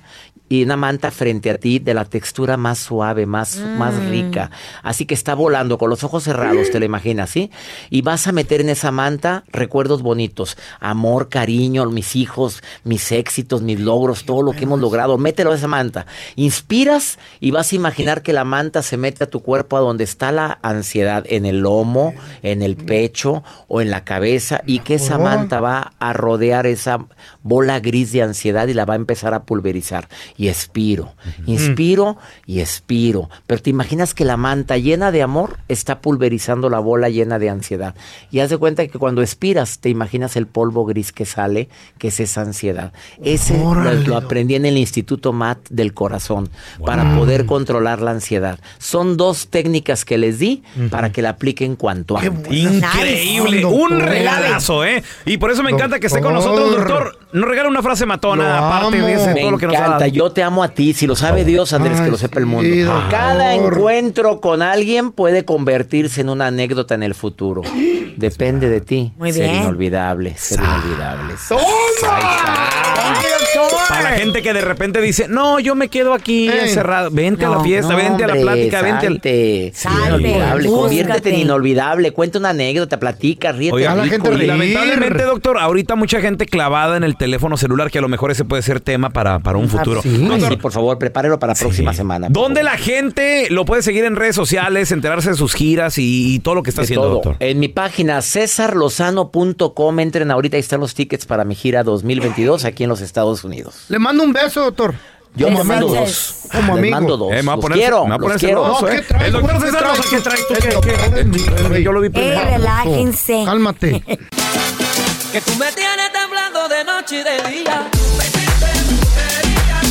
Speaker 11: y una manta frente a ti de la textura más suave, más, más
Speaker 12: Mm.
Speaker 11: rica. Así que está volando con los ojos cerrados, te lo imaginas, ¿sí? Y vas a meter en esa manta recuerdos bonitos, amor, cariño, mis hijos, mis éxitos, mis logros, todo lo que hemos logrado. Mételo a esa manta. Inspiras y vas a imaginar que la manta se mete a tu cuerpo a donde está la ansiedad, en el lomo, en el pecho o en la cabeza y que esa
Speaker 13: Mejor.
Speaker 11: manta va a rodear esa bola gris de ansiedad y la va a empezar a pulverizar. Y expiro, inspiro y expiro. Pero te imaginas que la manta llena de amor está pulverizando la bola llena de ansiedad. Y haz de cuenta que cuando expiras te imaginas el polvo gris que sale, que es esa ansiedad. Ese lo-
Speaker 14: Órale.
Speaker 11: lo aprendí en el Instituto MAT del Corazón para
Speaker 14: Wow.
Speaker 11: poder controlar la ansiedad. Son dos técnicas que les di para que la apliquen cuanto antes.
Speaker 1: Increíble, un regalazo, ¿eh? Y por eso me encanta que esté con nosotros, doctor. Nos regala una frase matona, aparte de ese,
Speaker 11: Me
Speaker 1: todo lo que nos ha
Speaker 11: encanta,
Speaker 1: dado.
Speaker 11: yo te amo a ti, si lo sabe Dios, Andrés,
Speaker 1: Ay,
Speaker 11: que lo sepa el mundo.
Speaker 1: sí, doctor.
Speaker 11: Cada encuentro con alguien puede convertirse en una anécdota en el futuro. Depende de ti.
Speaker 3: Muy
Speaker 11: ser
Speaker 3: bien.
Speaker 11: inolvidable, ser inolvidable.
Speaker 1: Para la gente que de repente dice, no, yo me quedo aquí
Speaker 11: Eh.
Speaker 1: encerrado. Vente a la fiesta,
Speaker 11: No,
Speaker 1: vente a la
Speaker 11: hombre,
Speaker 1: plática, vente al.
Speaker 11: salte, inolvidable,
Speaker 1: búscate.
Speaker 11: Conviértete en inolvidable, cuenta una anécdota, platica, ríete.
Speaker 1: Oiga,
Speaker 11: rico,
Speaker 1: y
Speaker 11: y-
Speaker 1: lamentablemente, doctor, ahorita mucha gente clavada en el teléfono celular, que a lo mejor ese puede ser tema para, para un futuro. Doctor,
Speaker 11: Ah, Sí, por favor, prepárelo para la próxima semana.
Speaker 1: ¿Dónde la gente lo puede seguir en redes sociales, enterarse de sus giras y, y todo lo que está
Speaker 11: De
Speaker 1: haciendo,
Speaker 11: todo.
Speaker 1: doctor?
Speaker 11: En mi página cesarlozano.com entren ahorita, ahí están los tickets para mi gira 2022 aquí en los Estados Unidos.
Speaker 2: Le mando un beso, doctor.
Speaker 11: Yo
Speaker 2: Como
Speaker 11: les mando
Speaker 2: amigos.
Speaker 11: dos.
Speaker 2: Como
Speaker 11: Les
Speaker 2: amigo.
Speaker 11: mando dos.
Speaker 1: Eh, me va a
Speaker 11: Los
Speaker 1: poner-
Speaker 11: quiero,
Speaker 1: me va a poner
Speaker 11: los quiero.
Speaker 1: celoso,
Speaker 11: No,
Speaker 1: ¿eh?
Speaker 11: ¿qué traes,
Speaker 1: El doctor
Speaker 11: güey? ¿Qué
Speaker 1: César Rosa, ¿qué traes tú?
Speaker 2: Eh,
Speaker 1: ¿Qué- qué- Yo lo vi primero.
Speaker 3: relájense.
Speaker 2: Cálmate.
Speaker 10: Que tú me tienes temblando de noche y de día.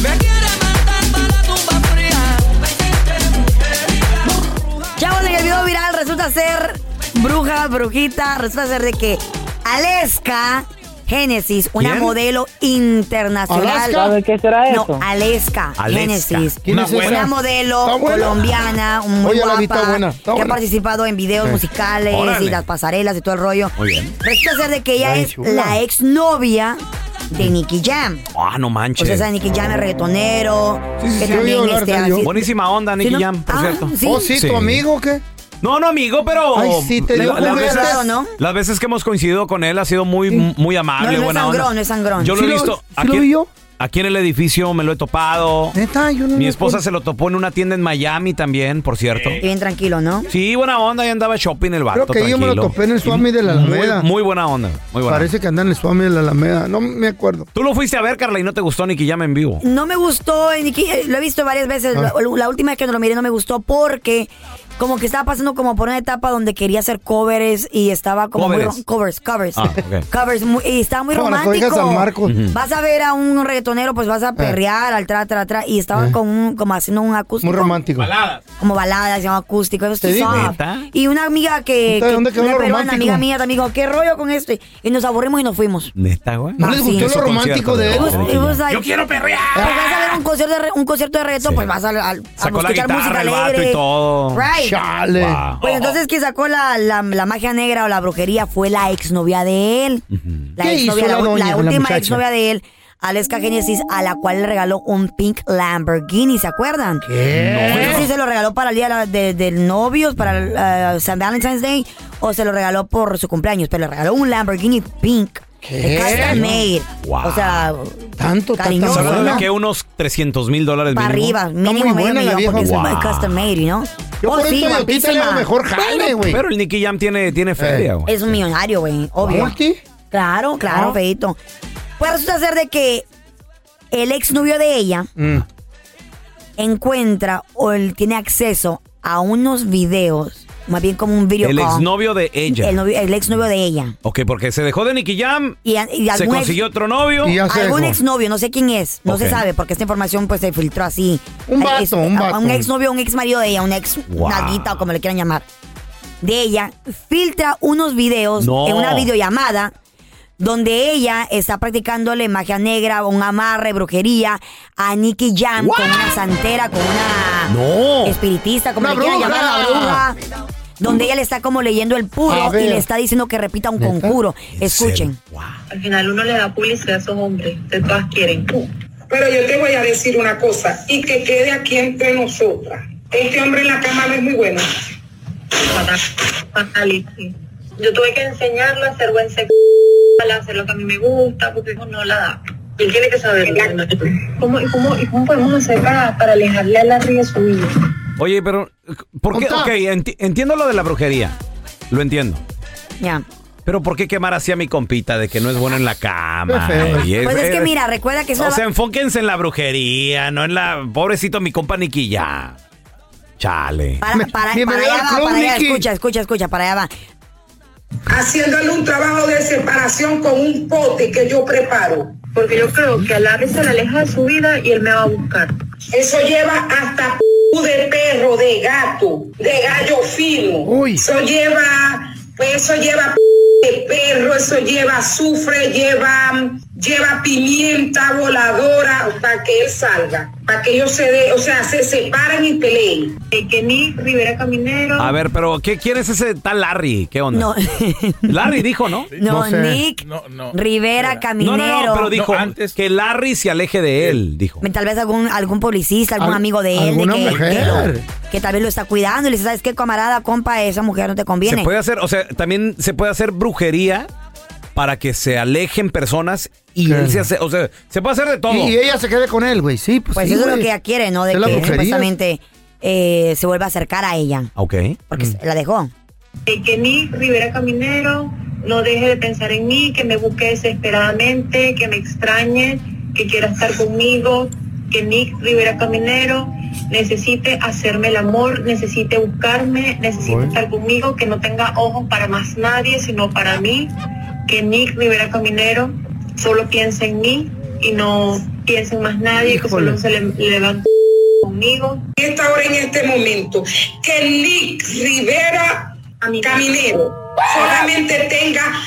Speaker 10: Me quieres matar para la tumba fría.
Speaker 3: Chavos, en el video viral resulta ser bruja, brujita, resulta ser de que Aleska Génesis, una
Speaker 15: ¿Quién?
Speaker 3: modelo internacional.
Speaker 15: ¿Alaska? A ver, ¿qué será eso?
Speaker 3: No, Aleska
Speaker 15: Aleska.
Speaker 3: Génesis.
Speaker 15: ¿Quién es esa?
Speaker 3: Una modelo
Speaker 15: ¿Está buena?
Speaker 3: colombiana, muy
Speaker 15: Oye, la
Speaker 3: guapa,
Speaker 15: vi, está buena, está
Speaker 3: que ha
Speaker 15: buena.
Speaker 3: participado en videos
Speaker 15: Sí.
Speaker 3: musicales
Speaker 15: Órale.
Speaker 3: y las pasarelas y todo el rollo.
Speaker 1: Muy bien.
Speaker 3: Resulta ser de que ella
Speaker 1: Ay,
Speaker 3: es
Speaker 1: chula.
Speaker 3: la exnovia de Nicky Jam.
Speaker 1: Ah, no manches.
Speaker 3: O sea, esa Nicky Jam es reggaetonero. que también este, así-
Speaker 1: Buenísima onda, Nicky
Speaker 3: Sí, ¿no?
Speaker 1: Jam, por
Speaker 3: Ah,
Speaker 1: cierto.
Speaker 3: ¿sí? ¿Oh, sí, tu amigo
Speaker 2: o qué?
Speaker 1: No, no, amigo, pero.
Speaker 3: Ay, sí, te dio
Speaker 1: Oh, las,
Speaker 3: juguetes.
Speaker 1: veces,
Speaker 3: ¿no?
Speaker 1: las veces que hemos coincidido con él ha sido muy, muy
Speaker 3: No,
Speaker 1: amable,
Speaker 3: no es
Speaker 1: buena
Speaker 3: sangrón,
Speaker 1: onda.
Speaker 3: no es sangrón.
Speaker 1: Yo lo
Speaker 3: Sí
Speaker 1: he
Speaker 3: lo-
Speaker 1: visto.
Speaker 3: sí lo vi yo.
Speaker 1: Aquí en el edificio me lo he topado.
Speaker 2: Neta, yo no
Speaker 1: Mi
Speaker 2: lo
Speaker 1: esposa
Speaker 2: puedo-
Speaker 1: se lo topó en una tienda en Miami también, por cierto.
Speaker 3: Y Bien tranquilo, ¿no?
Speaker 1: Sí, buena onda, ya andaba shopping el vato,
Speaker 2: Creo que yo me lo
Speaker 1: tranquilo.
Speaker 2: topé en el Swami de la
Speaker 1: Muy,
Speaker 2: Alameda.
Speaker 1: muy buena onda, muy buena
Speaker 2: Parece que anda en el Swami de la Alameda. No me acuerdo.
Speaker 1: Tú lo fuiste a ver, Carla, y no te gustó Nicky Jam en vivo.
Speaker 3: No me gustó, eh, Nicky, eh, lo he visto varias veces.
Speaker 1: Ah.
Speaker 3: La, la última vez que lo miré no me gustó porque como que estaba pasando como por una etapa donde quería hacer covers y estaba como muy
Speaker 15: Covers.
Speaker 3: ro- covers, covers.
Speaker 15: Ah, ok.
Speaker 3: Covers muy- y estaba muy
Speaker 15: Como las
Speaker 3: romántico.
Speaker 15: orejas de San Marcos. Ujú. Ah.
Speaker 3: Vas a ver a un reggaetonero, pues vas a perrear al tra tra tra y estaba
Speaker 15: Eh.
Speaker 3: con un- como haciendo un
Speaker 1: Pues
Speaker 3: acústico.
Speaker 15: Muy romántico.
Speaker 3: Baladas. Como baladas, como acústico, eso
Speaker 15: ¿Te
Speaker 3: es
Speaker 15: digo?
Speaker 3: soft.
Speaker 15: ¿Neta?
Speaker 3: Y una amiga que,
Speaker 15: Entonces,
Speaker 3: que-
Speaker 15: ¿dónde quedó
Speaker 3: una
Speaker 15: lo
Speaker 3: peruana,
Speaker 15: romántico?
Speaker 3: amiga mía también dijo, "¿Qué rollo con esto?" Y, y nos aburrimos y nos fuimos.
Speaker 1: Neta, güey.
Speaker 2: ¿No les gustó lo romántico de él?
Speaker 3: Yo quiero perrear. Pues vas a ver un concierto de, re- un concierto de reto, pues vas a, a- a
Speaker 1: Sacó la
Speaker 3: escuchar música
Speaker 1: guitarra, el vato
Speaker 3: alegre.
Speaker 1: y todo.
Speaker 3: Right.
Speaker 1: Wow.
Speaker 3: Pues entonces quien sacó la, la, la magia negra o la brujería fue la exnovia de él. La
Speaker 15: ¿Qué
Speaker 3: exnovia,
Speaker 15: hizo la
Speaker 3: la,
Speaker 15: doña
Speaker 3: la
Speaker 15: con la
Speaker 3: última
Speaker 15: muchacha?
Speaker 3: exnovia de él. Aleska Genesis, a la cual le regaló un pink Lamborghini, ¿se acuerdan?
Speaker 15: ¿Qué?
Speaker 3: No. sé si se lo regaló para el día de la- de, del novio, para el, eh, San Valentine's Day, o se lo regaló por su cumpleaños, pero le regaló un Lamborghini pink.
Speaker 1: ¿Qué?
Speaker 3: Custom made.
Speaker 1: Wow.
Speaker 3: O sea,
Speaker 2: tanto,
Speaker 3: cariñoso.
Speaker 1: ¿Sabes de que unos 300 mil dólares
Speaker 3: Para
Speaker 1: mínimo?
Speaker 3: arriba, mínimo medio millón, porque es
Speaker 1: Wow.
Speaker 3: custom made, ¿no? Oh,
Speaker 2: Yo por esto de
Speaker 3: guapísima.
Speaker 2: Otita le hago mejor jale, güey.
Speaker 1: Pero el Nicky Jam tiene, tiene feria, güey.
Speaker 3: Es un millonario, güey, obvio. Claro, claro, feito. Pues resulta ser de que el exnovio de ella
Speaker 1: Mm.
Speaker 3: encuentra o él tiene acceso a unos videos, más bien como un video
Speaker 1: El
Speaker 3: call.
Speaker 1: exnovio de ella.
Speaker 3: El, novio- el exnovio de ella.
Speaker 1: Ok, porque se dejó de Nicky Jam,
Speaker 3: Y, a- y
Speaker 1: se
Speaker 3: algún ex-
Speaker 1: consiguió otro novio.
Speaker 3: algún exnovio, no sé quién es, no
Speaker 1: Ok.
Speaker 3: se sabe, porque esta información pues se filtró así.
Speaker 2: Un
Speaker 3: Al-
Speaker 2: vato,
Speaker 3: es-
Speaker 2: un
Speaker 3: a-
Speaker 2: vato.
Speaker 3: A un exnovio, un ex marido de ella, un ex
Speaker 2: Wow.
Speaker 3: naguita o como le quieran llamar. De ella, filtra unos videos
Speaker 15: No.
Speaker 3: en una videollamada donde ella está practicándole magia negra, un amarre, brujería a Nicky Jam con una santera, con una
Speaker 15: No.
Speaker 3: espiritista, como
Speaker 15: Una
Speaker 3: le quieran
Speaker 15: bruja.
Speaker 3: llamar, la bruja. Donde ella le está como leyendo el
Speaker 15: A
Speaker 3: puro
Speaker 15: ver.
Speaker 3: y le está diciendo que repita un
Speaker 15: ¿Neta?
Speaker 3: conjuro. Escuchen.
Speaker 15: Al final uno le da publicidad a esos hombres, de todas quieren.
Speaker 12: Pero yo te voy a decir una cosa y que quede aquí entre nosotras. Este hombre en la cama no es muy bueno.
Speaker 13: Yo tuve que enseñarla a hacer buen sexo, a hacer lo que a mí me gusta, porque no la da. Y él tiene que saberlo.
Speaker 12: ¿Cómo, y cómo, y cómo podemos hacer para, para alejarle a Larry de su vida?
Speaker 1: Oye, pero ¿por qué? Ok, enti- entiendo lo de la brujería. Lo entiendo.
Speaker 3: Ya.
Speaker 1: Pero ¿por qué quemar así a mi compita de que no es bueno en la cama?
Speaker 3: Qué feo.
Speaker 1: Y
Speaker 3: Pues es que mira, recuerda que es
Speaker 1: O
Speaker 3: una-
Speaker 1: sea, enfóquense en la brujería, no en la... Pobrecito mi compa Nicky ya. Chale.
Speaker 3: Para, para, para allá va, para allá, escucha, escucha, escucha, para allá va.
Speaker 12: haciéndole un trabajo de separación con un pote que yo preparo. Porque yo creo que a Larry se le aleja de su vida y él me va a buscar. Eso lleva hasta p- de perro, de gato, de gallo fino. Eso lleva, pues, eso lleva p- de perro, eso lleva azufre, lleva, lleva pimienta voladora para que él salga, para que ellos se dé, o sea, se separen y peleen. De Kenny Rivera Caminero.
Speaker 1: A ver, pero ¿qué, ¿quién es ese tal Larry? ¿Qué onda?
Speaker 3: No.
Speaker 1: Larry dijo, ¿no?
Speaker 3: No, Nick Rivera Caminero.
Speaker 1: No, no, no, pero dijo que Larry se aleje de él, dijo.
Speaker 3: Tal vez algún, algún publicista, algún
Speaker 1: Al-
Speaker 3: amigo de él, de
Speaker 1: alguna
Speaker 3: que,
Speaker 1: mujer.
Speaker 3: que- que tal vez lo está cuidando y le dice, ¿sabes qué, camarada, compa, esa mujer no te conviene?
Speaker 1: Se puede hacer, o sea, también se puede hacer brujería para que se alejen personas y
Speaker 2: Claro.
Speaker 1: él se hace, o sea, se puede hacer de todo.
Speaker 2: Y, y ella se quede con él, güey. Sí, pues,
Speaker 3: Pues
Speaker 2: sí,
Speaker 3: eso es lo
Speaker 2: güey.
Speaker 3: que ella quiere, ¿no? De
Speaker 2: Es la
Speaker 3: que
Speaker 2: brujería.
Speaker 3: supuestamente eh, se vuelva a acercar a ella.
Speaker 1: Ok. Mm.
Speaker 3: Porque se- la dejó.
Speaker 13: De Eh, que Nick Rivera Caminero no deje de pensar en mí, que me busque desesperadamente, que me extrañe, que quiera estar conmigo, que Nick Rivera Caminero necesite hacerme el amor, necesite buscarme, necesite
Speaker 14: Bueno.
Speaker 13: estar conmigo, que no tenga ojos para más nadie, sino para mí, que Nick Rivera Caminero solo piense en mí y no piense en más nadie, que solo se le levante conmigo.
Speaker 12: esta hora en este momento que Nick Rivera Caminero solamente tenga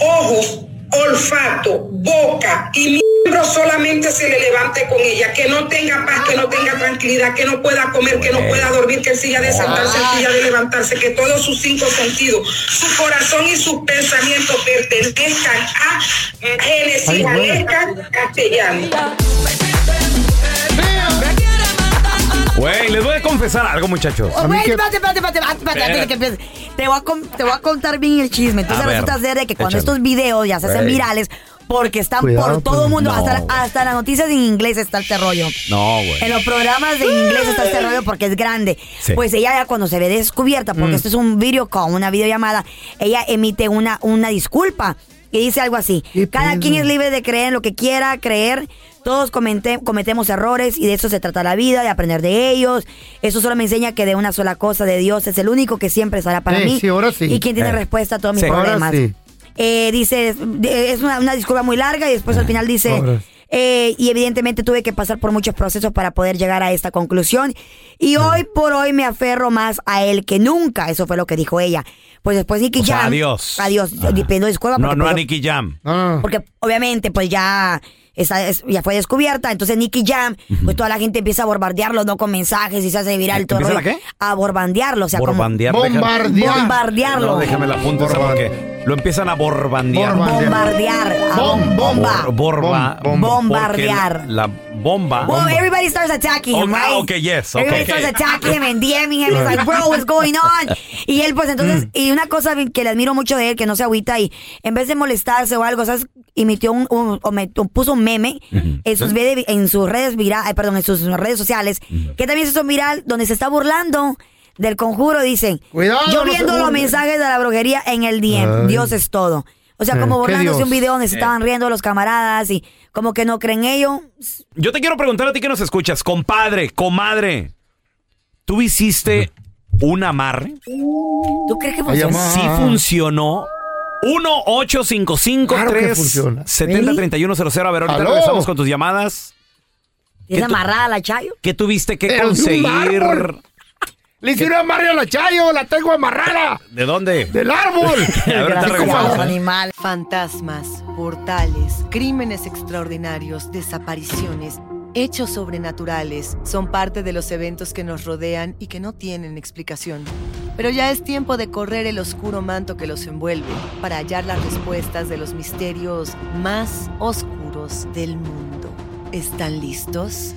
Speaker 12: ojos, olfato, boca y miembro solamente se le levante con ella, que no tenga paz, que no tenga tranquilidad, que no pueda comer, que no pueda dormir, que siga de sentarse,
Speaker 13: Ay.
Speaker 12: siga de levantarse, que todos sus cinco sentidos, su corazón y sus pensamientos pertenezcan a
Speaker 14: Ay,
Speaker 12: Génesis
Speaker 14: güey.
Speaker 12: Alexa Castellano.
Speaker 1: Güey, les voy a confesar algo, muchachos.
Speaker 3: Oh, güey, espérate, espérate, espérate, espérate, espérate, antes de que empieces. Te voy, a con- te voy a contar bien el chisme. Entonces
Speaker 1: A ver,
Speaker 3: resulta ser de que cuando
Speaker 1: échale.
Speaker 3: estos videos ya se hacen
Speaker 1: Güey.
Speaker 3: virales, porque están
Speaker 1: Cuidado,
Speaker 3: por todo
Speaker 1: pues,
Speaker 3: el mundo,
Speaker 1: no,
Speaker 3: hasta,
Speaker 1: güey.
Speaker 3: hasta las noticias en inglés está este rollo.
Speaker 1: No, güey.
Speaker 3: En los programas de inglés está este rollo porque es grande.
Speaker 1: Sí.
Speaker 3: Pues ella ya cuando se ve descubierta, porque
Speaker 1: Mm.
Speaker 3: esto es un video con una videollamada, ella emite una, una disculpa y dice algo así. Cada quien es libre de creer en lo que quiera creer. Todos comente- cometemos errores y de eso se trata la vida, de aprender de ellos. Eso solo me enseña que de una sola cosa, de Dios, es el único que siempre estará para
Speaker 2: Sí,
Speaker 3: mí.
Speaker 2: sí, ahora sí.
Speaker 3: Y quien tiene
Speaker 2: Eh.
Speaker 3: respuesta a todos mis
Speaker 2: Sí. Ahora
Speaker 3: problemas.
Speaker 2: sí.
Speaker 3: Eh, dice, es- de- es una, una disculpa muy larga y después al final dice,
Speaker 2: Ahora sí.
Speaker 3: eh, y evidentemente tuve que pasar por muchos procesos para poder llegar a esta conclusión. Y hoy por hoy me aferro más a él que nunca. Eso fue lo que dijo ella. Pues después Nicky
Speaker 1: O sea,
Speaker 3: Jam.
Speaker 1: adiós.
Speaker 3: Adiós. Pidiendo disculpas.
Speaker 1: No,
Speaker 3: porque,
Speaker 1: no a
Speaker 3: pues,
Speaker 1: Nicky Jam.
Speaker 3: porque obviamente pues ya está- es- ya fue descubierta, entonces Nicky Jam, pues toda la gente empieza a bombardearlo, no con mensajes y se hace viral y todo. el
Speaker 1: ¿Empieza
Speaker 3: rollo.
Speaker 1: la qué?
Speaker 3: A bombardearlo, o sea, como-
Speaker 1: Borbandear. déjame-
Speaker 3: bombardearlo.
Speaker 1: No, déjame la punta esa porque lo empiezan a borbandear.
Speaker 3: Bombardear. a bomba.
Speaker 1: Bor- borba-
Speaker 3: Bombardear.
Speaker 1: porque La, la bomba.
Speaker 3: Whoa, everybody starts attacking him,
Speaker 1: Oh, ah,
Speaker 3: right?
Speaker 1: okay, yes, okay.
Speaker 3: Everybody starts attacking him and DMing him. He's like, bro, what's going on? Y él, pues,
Speaker 1: Mm.
Speaker 3: entonces, y una cosa que le admiro mucho de él, que no se agüita, y en vez de molestarse o algo, ¿sabes? Imitó un, un- o me- o puso un meme en sus, vide- en sus redes vira- ay, perdón, en sus redes sociales, que también se hizo viral, donde se está burlando del conjuro, dicen.
Speaker 2: Cuidado, no
Speaker 3: Yo
Speaker 2: se
Speaker 3: viendo los
Speaker 2: burlen.
Speaker 3: mensajes de la brujería en el DM.
Speaker 2: Ay.
Speaker 3: Dios es todo. O sea,
Speaker 2: Eh,
Speaker 3: como
Speaker 2: ¿qué
Speaker 3: burlándose
Speaker 2: Dios?
Speaker 3: un video donde se
Speaker 1: Eh.
Speaker 3: estaban riendo los camaradas y como que no creen ello.
Speaker 1: Yo te quiero preguntar a ti que nos escuchas, compadre, comadre. ¿Tú hiciste un amarre?
Speaker 3: ¿Tú crees que
Speaker 1: Si
Speaker 3: funciona?
Speaker 1: Sí funcionó. 1 855
Speaker 2: Claro que funciona.
Speaker 1: 70 31 00 A ver, ahorita
Speaker 2: Aló.
Speaker 1: regresamos con tus llamadas.
Speaker 3: ¿Tienes
Speaker 1: ¿Qué tú-
Speaker 3: amarrada la chayo?
Speaker 1: ¿Qué tuviste que
Speaker 2: Pero de un
Speaker 1: conseguir?
Speaker 2: árbol. Le hice
Speaker 1: ¿Qué-
Speaker 2: un amarre a la Chayo, la tengo amarrada.
Speaker 1: ¿De dónde?
Speaker 2: ¡Del árbol!
Speaker 1: a ver, ahorita regresamos.
Speaker 16: Fantasmas, portales, crímenes extraordinarios, desapariciones, hechos sobrenaturales son parte de los eventos que nos rodean y que no tienen explicación. Pero ya es tiempo de correr el oscuro manto que los envuelve para hallar las respuestas de los misterios más oscuros del mundo. ¿Están listos?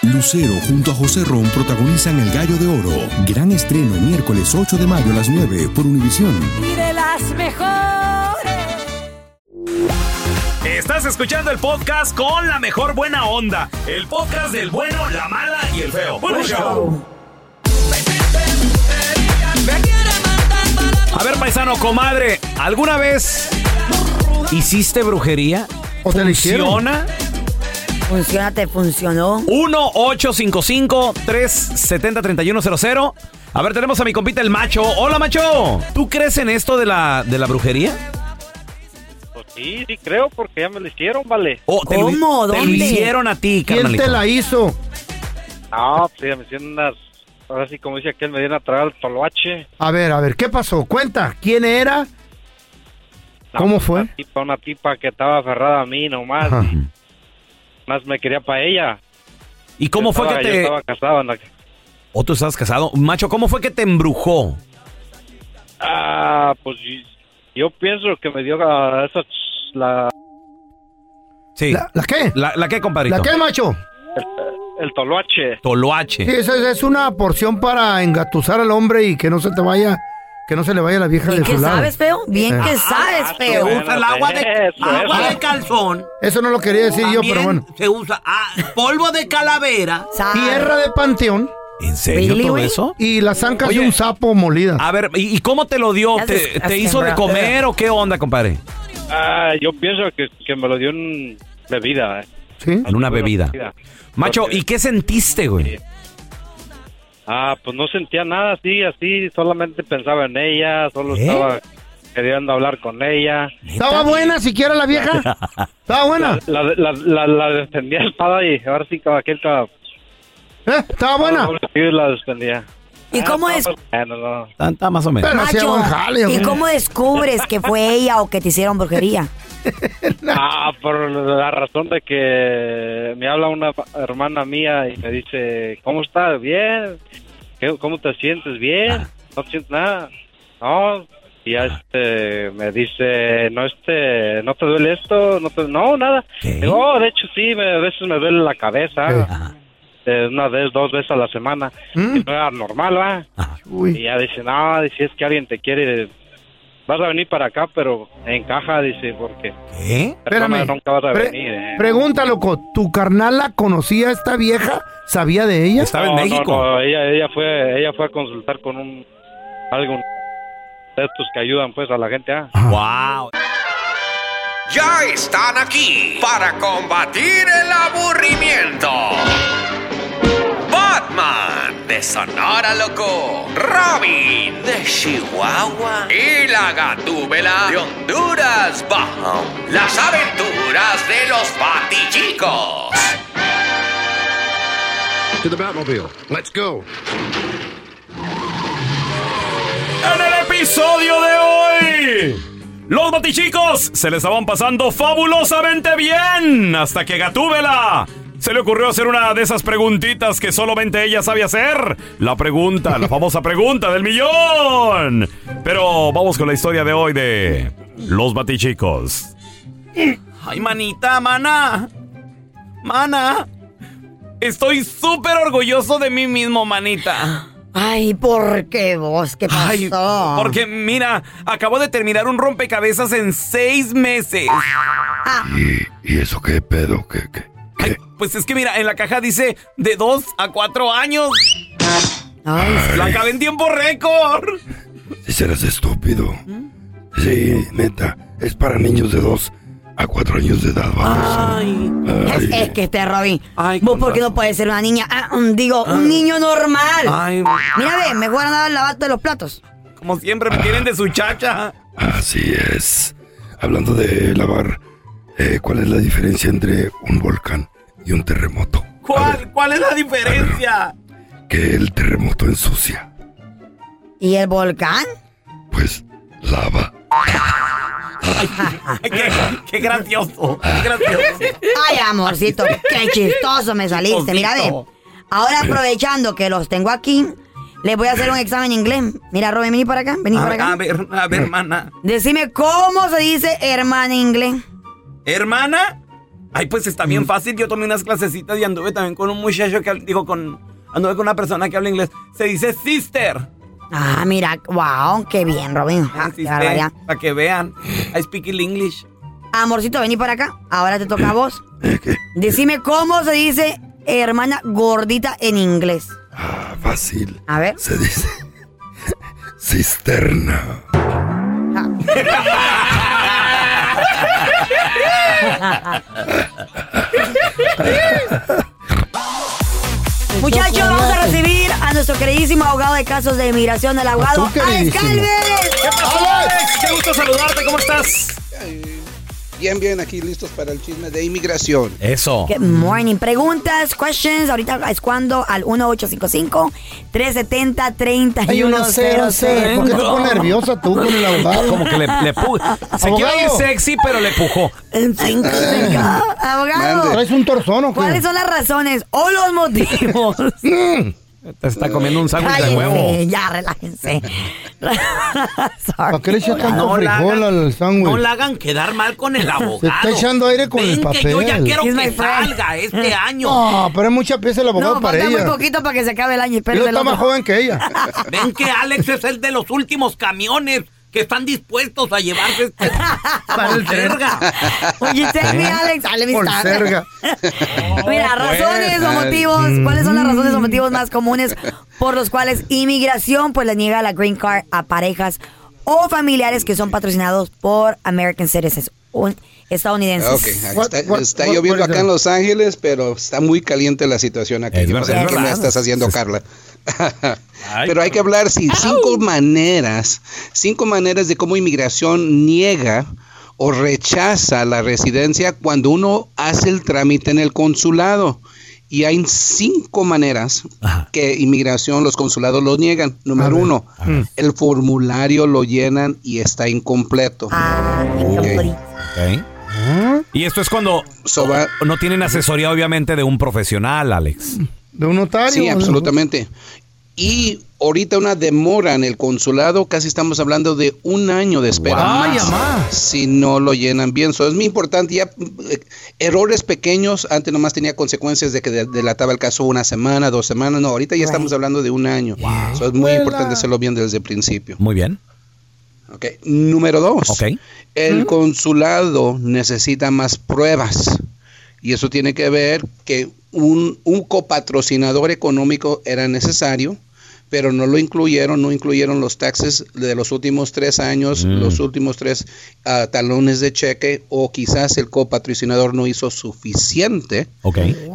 Speaker 9: Lucero junto a José Ron protagonizan El Gallo de Oro. Gran estreno miércoles 8 de mayo a las 9 por Univisión.
Speaker 10: Y de las mejores.
Speaker 1: Estás escuchando el podcast con la mejor buena onda. El podcast del bueno, la mala y el feo. Bueno, show. A ver, paisano, comadre, ¿alguna vez hiciste brujería?
Speaker 2: ¿O te la hicieron?
Speaker 1: ¿Funciona?
Speaker 3: Funciona, te funcionó.
Speaker 1: 1-855-370-3100. A ver, tenemos a mi compita el macho. Hola, macho. ¿Tú crees en esto de la, de la brujería?
Speaker 14: Pues sí, sí creo, porque ya me lo hicieron, vale.
Speaker 1: Oh, te lo- ¿Cómo? te lo ¿Dónde? hicieron a ti,
Speaker 2: ¿Quién
Speaker 1: carnalito.
Speaker 2: te la hizo?
Speaker 14: No, pues ya me hicieron unas... Ahora sí, como dice aquel, me dieron a tragar el toloache.
Speaker 2: A ver, a ver, ¿qué pasó? Cuenta, ¿quién era?
Speaker 14: No,
Speaker 2: ¿Cómo fue?
Speaker 14: Una tipa, una tipa que estaba aferrada a mí nomás.
Speaker 2: Ajá.
Speaker 14: Más me quería para ella.
Speaker 1: ¿Y cómo
Speaker 14: Yo
Speaker 1: fue
Speaker 14: estaba-
Speaker 1: que
Speaker 14: Yo
Speaker 1: te-
Speaker 14: estaba casado. en la-
Speaker 1: ¿O tú estás casado? Macho, ¿cómo fue que te embrujó?
Speaker 14: Ah, pues y- yo pienso que me dio a esa... ch- La,
Speaker 1: Sí. ¿La,
Speaker 2: qué?
Speaker 1: ¿La, qué, compadrito?
Speaker 2: ¿La qué, macho?
Speaker 14: el toloache.
Speaker 1: Toloache.
Speaker 2: Sí, esa esa es una porción para engatusar al hombre y que no se te vaya, que no se le vaya la vieja
Speaker 3: Bien
Speaker 2: de su
Speaker 3: que
Speaker 2: lado.
Speaker 3: sabes, feo.
Speaker 1: Eh.
Speaker 3: Bien
Speaker 1: Ah,
Speaker 3: que sabes, feo.
Speaker 2: Te gusta el agua de- pues, Eso, agua eso. de
Speaker 4: calzón.
Speaker 2: Eso no lo quería decir yo, pero bueno.
Speaker 4: Se usa ah, polvo de calavera.
Speaker 2: Tierra de panteón.
Speaker 1: ¿En serio todo eso?
Speaker 2: Y la zanca de un sapo molida.
Speaker 1: A ver, ¿y, y cómo te lo dio?
Speaker 2: Ya
Speaker 1: ¿Te,
Speaker 2: disgusting,
Speaker 1: te hizo de
Speaker 2: bro.
Speaker 1: comer o qué onda, compadre?
Speaker 14: Ah, yo pienso que, que me lo dio en bebida. eh.
Speaker 1: En una bebida. Macho, ¿y qué sentiste, güey?
Speaker 14: Ah, pues no sentía nada así, así, solamente pensaba en ella, solo
Speaker 2: ¿Eh?
Speaker 14: estaba queriendo hablar con ella.
Speaker 2: ¿Estaba buena siquiera la vieja? ¿Estaba Ah, buena?
Speaker 14: La, la, la, la defendía espada y ahora sí que aquel estaba...
Speaker 2: ¿Eh? ¿Estaba buena?
Speaker 14: Sí, la defendía.
Speaker 3: ¿Y cómo es?
Speaker 14: Eh, no, no.
Speaker 1: Tanta más o menos.
Speaker 3: Macho, ¿y cómo descubres que fue ella o que te hicieron brujería?
Speaker 14: Ah, por la razón de que me habla una hermana mía y me dice, ¿cómo estás? Bien. ¿Qué- ¿Cómo te sientes? Bien. No sientes nada. No. Y ya este, me dice, no este, no te duele esto, no, te- no nada. Digo, "Oh, de hecho sí, me- a veces me duele la cabeza. Eh, una vez, dos veces a la semana. Y no era normal, ¿va? Y ya dice, no, dice, es que alguien te quiere, vas a venir para acá, pero encaja, dice, porque...
Speaker 1: ¿Eh?
Speaker 14: Perdóname,
Speaker 2: Espérame.
Speaker 14: nunca vas a
Speaker 2: Pre-
Speaker 14: venir, eh.
Speaker 2: Pregunta, loco, ¿tu carnal la conocía esta vieja? ¿Sabía de ella?
Speaker 14: No, no, no, ella, ella fue, ella fue a consultar con un algo de estos que ayudan pues a la gente. ¿ah?
Speaker 1: Wow.
Speaker 15: Ya están aquí para combatir el aburrimiento. Batman de Sonora Loco, Robin de Chihuahua y la Gatúbela de Honduras Bajo. Las aventuras de los Batichicos.
Speaker 17: To the Batmobile. Let's go.
Speaker 1: En el episodio de hoy, los batichicos se les estaban pasando fabulosamente bien hasta que Gatúbela se le ocurrió hacer una de esas preguntitas que solamente ella sabe hacer. La pregunta, la famosa pregunta del millón. Pero vamos con la historia de hoy de los batichicos.
Speaker 4: Ay, manita, mana. Mana. Estoy súper orgulloso de mí mismo, manita.
Speaker 3: Ay, ¿por qué vos? ¿Qué pasó?
Speaker 1: Ay, porque mira, acabo de terminar un rompecabezas en seis meses.
Speaker 3: Ah.
Speaker 18: ¿Y, y eso qué pedo? ¿Qué, qué?
Speaker 1: Pues es que mira, en la caja dice de dos a cuatro años. La acabé en tiempo récord.
Speaker 18: Si serás estúpido.
Speaker 3: ¿Mm?
Speaker 18: Sí, neta, es para niños de 2 a 4 años de edad, vamos.
Speaker 3: Ay. Es, es que este Robin, vos
Speaker 18: con
Speaker 3: porque no puedes ser una niña, Ah, mm, digo, un niño normal.
Speaker 18: Ay.
Speaker 3: Mira, ve, mejor andaba a lavarte los platos.
Speaker 1: Como siempre me tienen de su chacha.
Speaker 3: Ah.
Speaker 18: Así es. Hablando de lavar, eh, ¿cuál es la diferencia entre un volcán y un terremoto?
Speaker 1: ¿Cuál, ¿Cuál es la diferencia?
Speaker 18: Que el terremoto ensucia.
Speaker 3: ¿Y el volcán?
Speaker 18: Lava.
Speaker 1: qué, qué gracioso. Qué gracioso.
Speaker 3: Ay, amorcito, qué chistoso me saliste. Mira, ve.
Speaker 1: Chistosito.
Speaker 3: Ahora aprovechando que los tengo aquí, les voy a hacer un examen en inglés. Mira, Robin, vení para acá, vení
Speaker 1: A,
Speaker 3: para acá.
Speaker 1: a ver, a ver, hermana.
Speaker 3: Decime cómo se dice hermana en inglés.
Speaker 1: ¿Hermana? Ay, pues está
Speaker 3: Mm.
Speaker 1: bien fácil. Yo tomé unas clasecitas y anduve también con un muchacho que digo con. Anduve con una persona que habla inglés. Se dice sister.
Speaker 3: Ah, mira, wow, qué bien, Robin. Ah, qué barbaridad.
Speaker 1: Para que vean. I speak in English.
Speaker 3: Amorcito, vení para acá. Ahora te toca a vos. Decime cómo se dice hermana gordita en inglés.
Speaker 18: Ah, fácil.
Speaker 3: A ver.
Speaker 18: Se dice cisterna.
Speaker 3: Muchachos, vamos a recibir a nuestro queridísimo abogado de casos de inmigración, el abogado
Speaker 1: ¿A tú,
Speaker 3: Alex
Speaker 1: queridísimo?
Speaker 3: Calves.
Speaker 1: ¿Qué pasó, Alex? Qué gusto saludarte. ¿Cómo estás?
Speaker 19: Bien, bien, aquí listos para el chisme de inmigración.
Speaker 2: Oh.
Speaker 1: Eso.
Speaker 3: Good morning. Preguntas, questions, ahorita es cuando al 1855-370-3100.
Speaker 2: ¿Por qué te pones nerviosa tú con el abogado?
Speaker 1: Como que le, le pu- Se quiere ir sexy, pero le pujó.
Speaker 3: Abogado.
Speaker 2: ¿Traes un torzón o qué?
Speaker 3: ¿Cuáles son las razones o los motivos?
Speaker 1: Te está comiendo un sándwich de
Speaker 3: Cállense,
Speaker 1: huevo.
Speaker 3: ya, relájense.
Speaker 2: ¿Para qué le echas tanto
Speaker 1: No la
Speaker 2: frijol al sándwich?
Speaker 1: No la hagan quedar mal con el abogado.
Speaker 2: Se está echando aire con
Speaker 1: Ven
Speaker 2: el papel.
Speaker 1: que yo ya quiero
Speaker 2: He's
Speaker 1: que
Speaker 2: my friend.
Speaker 1: salga este año.
Speaker 2: No, pero es mucha pieza el abogado
Speaker 3: No,
Speaker 2: para
Speaker 3: falta muy
Speaker 2: ella.
Speaker 3: poquito para que se acabe el año.
Speaker 2: Él
Speaker 3: Espero
Speaker 2: está más joven que ella.
Speaker 1: Ven que Alex es el de los últimos camiones que están dispuestos a llevarse este
Speaker 2: Para el tren.
Speaker 1: verga.
Speaker 3: Oye, usted, mi Alex, dale mi
Speaker 2: ¿Eh? Por
Speaker 3: tarde.
Speaker 2: cerga.
Speaker 3: Mira,
Speaker 2: pues.
Speaker 3: razones o motivos, ¿cuáles son las razones o motivos más comunes por los cuales inmigración pues le niega la green card a parejas o familiares que son patrocinados por American citizens o estadounidenses?
Speaker 19: Ah, Ok, aquí está, está lloviendo acá en Los Ángeles, pero está muy caliente la situación acá.
Speaker 20: Es
Speaker 19: Yo no sé
Speaker 20: verdad,
Speaker 19: qué
Speaker 20: es
Speaker 19: me
Speaker 20: verdad.
Speaker 19: estás haciendo, Carla. pero hay que hablar sí, cinco maneras, cinco maneras de cómo inmigración niega o rechaza la residencia cuando uno hace el trámite en el consulado. Y hay cinco maneras que inmigración, los consulados lo niegan. Número uno,
Speaker 1: Mm.
Speaker 19: el formulario lo llenan y está incompleto.
Speaker 1: Ah.
Speaker 19: Ok.
Speaker 1: Y esto es cuando no tienen asesoría, obviamente, de un profesional, Alex.
Speaker 2: De un notario.
Speaker 19: Sí, absolutamente. Y ahorita una demora en el consulado, casi estamos hablando de un año de espera.
Speaker 2: Guau.
Speaker 19: más,
Speaker 2: Ay, amá.
Speaker 19: si no lo llenan bien. So, es muy importante. Ya, eh, errores pequeños, antes nomás tenía consecuencias de que de- delataba el caso una semana, dos semanas. No, ahorita ya estamos hablando de un año. So, es muy Vuela. importante hacerlo bien desde el principio.
Speaker 1: Muy bien.
Speaker 19: Ok. Número dos. El consulado necesita más pruebas. Y eso tiene que ver que un, un copatrocinador económico era necesario, pero no lo incluyeron, no incluyeron los taxes de los últimos tres años, los últimos tres ah, talones de cheque, o quizás el copatrocinador no hizo suficiente.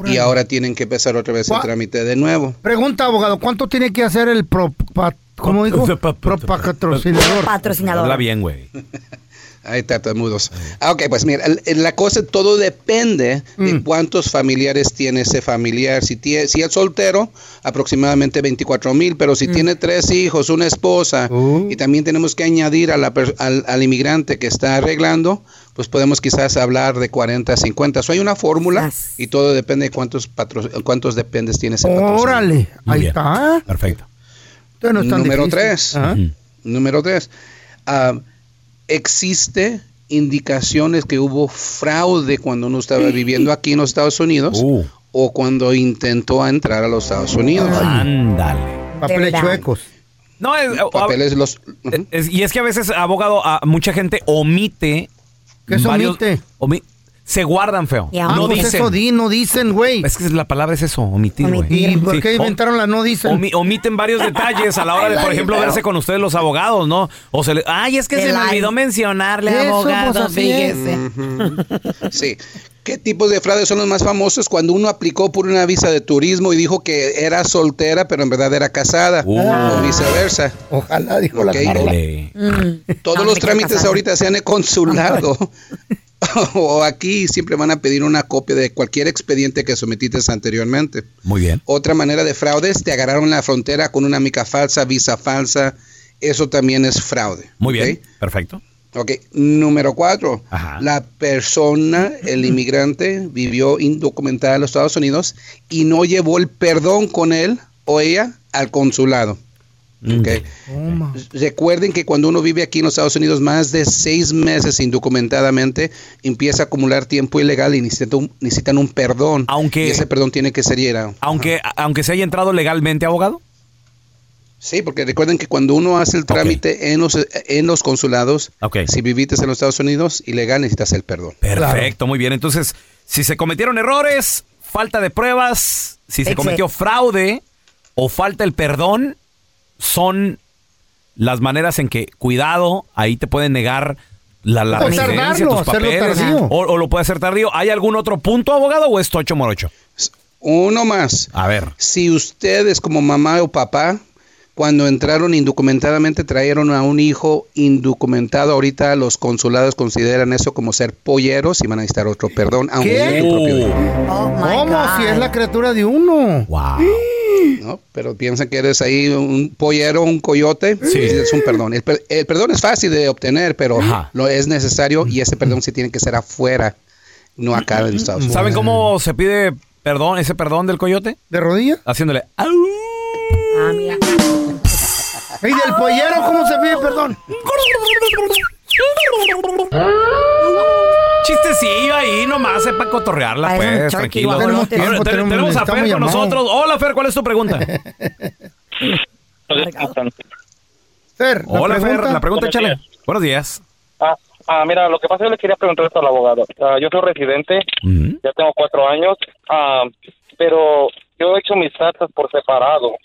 Speaker 19: Y ahora tienen que empezar otra vez el trámite de nuevo.
Speaker 2: Pregunta, abogado, ¿cuánto tiene que hacer el pro... pa- ¿Cómo dijo? Propatrocinador.
Speaker 19: Patrocinador.
Speaker 1: bien, güey.
Speaker 19: Ahí tartamudos. Ah, ok, pues mira, el- el- la cosa todo depende
Speaker 2: Mm.
Speaker 19: de cuántos familiares tiene ese familiar. Si, tie- si es soltero, aproximadamente 24 mil, pero
Speaker 2: Mm.
Speaker 19: si tiene tres hijos, una esposa,
Speaker 2: Uh.
Speaker 19: y también tenemos que añadir a la per- al, al inmigrante que está arreglando, pues podemos quizás hablar de 40, 50. So, hay una fórmula y todo depende de cuántos, patro- cuántos dependes tiene ese patrocinador.
Speaker 2: Órale, ahí está.
Speaker 1: Perfecto.
Speaker 2: Entonces no es tan
Speaker 19: Número
Speaker 2: difícil.
Speaker 19: tres.
Speaker 2: Ajá.
Speaker 19: Número tres. ah, existe indicaciones que hubo fraude cuando uno estaba viviendo aquí en los Estados Unidos o cuando intentó entrar a los Estados Unidos.
Speaker 1: Ándale.
Speaker 2: Papeles chuecos.
Speaker 1: No, es, eh,
Speaker 19: Papeles los...
Speaker 1: es- y es que a veces, abogado, a mucha gente omite.
Speaker 2: ¿Qué se
Speaker 1: varios-
Speaker 2: omite?
Speaker 1: omi- se guardan feo.
Speaker 2: Ya,
Speaker 1: no
Speaker 2: ah, pues
Speaker 1: dicen.
Speaker 2: eso di, no dicen, güey.
Speaker 1: Es que la palabra es eso, omitir, güey.
Speaker 2: ¿Y por
Speaker 1: Sí. Oh.
Speaker 2: qué
Speaker 1: O-
Speaker 2: inventaron la no dicen?
Speaker 1: omi- omiten varios detalles a la hora de, por ejemplo, verse con ustedes los abogados, ¿no? O se le, ay, es que se me olvidó mencionarle,
Speaker 3: pues,
Speaker 1: abogado, fíjese.
Speaker 19: Sí. ¿Qué tipos de fraudes son los más famosos? Cuando uno aplicó por una visa de turismo y dijo que era soltera, pero en verdad era casada, o viceversa.
Speaker 2: Ojalá, dijo
Speaker 19: Ok.
Speaker 2: la Carla.
Speaker 21: Mm,
Speaker 19: Todos
Speaker 2: No,
Speaker 19: los
Speaker 2: me quiero
Speaker 19: trámites
Speaker 2: casar.
Speaker 19: ahorita sean en el consulado o aquí siempre van a pedir una copia de cualquier expediente que sometiste anteriormente.
Speaker 1: Muy bien.
Speaker 19: Otra manera de fraudes, te agarraron en la frontera con una mica falsa, visa falsa. Eso también es fraude.
Speaker 1: Muy bien,
Speaker 19: ¿ok?
Speaker 1: perfecto.
Speaker 19: Ok, número cuatro. La persona, el inmigrante, vivió indocumentada en los Estados Unidos y no llevó el perdón con él o ella al consulado. Ok. Recuerden que cuando uno vive aquí en los Estados Unidos más de seis meses indocumentadamente, empieza a acumular tiempo ilegal y necesitan un, necesitan un perdón. Aunque. Y ese perdón tiene que ser llenado.
Speaker 1: Aunque, aunque se haya entrado legalmente, abogado.
Speaker 19: Sí, porque recuerden que cuando uno hace el trámite en, los, en los consulados, si viviste en los Estados Unidos ilegal, necesitas el perdón.
Speaker 1: Perfecto, muy bien. Entonces, si se cometieron errores, falta de pruebas, si se
Speaker 19: Exe-
Speaker 1: cometió fraude o falta el perdón, son las maneras en que, cuidado, ahí te pueden negar la, la
Speaker 2: O
Speaker 1: residencia,
Speaker 2: tardarlo,
Speaker 1: tus
Speaker 2: hacerlo
Speaker 1: papeles,
Speaker 2: tardío.
Speaker 1: o, o lo puede hacer tardío. ¿Hay algún otro punto, abogado, o es tocho morocho?
Speaker 19: Uno más.
Speaker 1: A ver.
Speaker 19: Si ustedes como mamá o papá, cuando entraron indocumentadamente, trajeron a un hijo indocumentado, ahorita los consulados consideran eso como ser polleros y van a necesitar otro perdón, aunque
Speaker 2: ¿Qué?
Speaker 19: es tu propio
Speaker 1: Oh.
Speaker 19: hijo.
Speaker 2: ¿Cómo? Si es la criatura de uno.
Speaker 1: Wow.
Speaker 19: ¿no? Pero piensan que eres ahí un pollero, un coyote,
Speaker 2: Sí.
Speaker 19: y es un perdón. El, per- el perdón es fácil de obtener, pero lo es necesario y ese perdón se tiene que ser afuera, no acá en Estados Unidos.
Speaker 1: ¿Saben cómo se pide perdón, ese perdón del coyote?
Speaker 2: ¿De rodilla?
Speaker 1: Haciéndole. "Ah, "Au".
Speaker 2: ¿Y del pollero cómo se pide perdón?
Speaker 1: Chistecillo ahí nomás, sepa cotorrearla,
Speaker 2: Parece Ah, un
Speaker 1: pues,
Speaker 2: Chucky
Speaker 1: tranquilo.
Speaker 2: guajolote.
Speaker 1: Ahora,
Speaker 2: Tenemos tiempo,
Speaker 1: te-
Speaker 2: tenemos-
Speaker 1: Tenemos a
Speaker 2: estamos
Speaker 1: Fer con
Speaker 2: llamados.
Speaker 1: nosotros. Hola, Fer, ¿cuál es tu pregunta?
Speaker 2: Fer,
Speaker 1: Hola,
Speaker 21: pregunta.
Speaker 1: Fer, la pregunta,
Speaker 21: Buenos
Speaker 1: échale. Buenos días.
Speaker 21: Ah, ah, mira, lo que pasa es que le quería preguntar esto al abogado. Ah, yo soy residente, ya tengo cuatro años, ah, pero yo he hecho mis actas por separado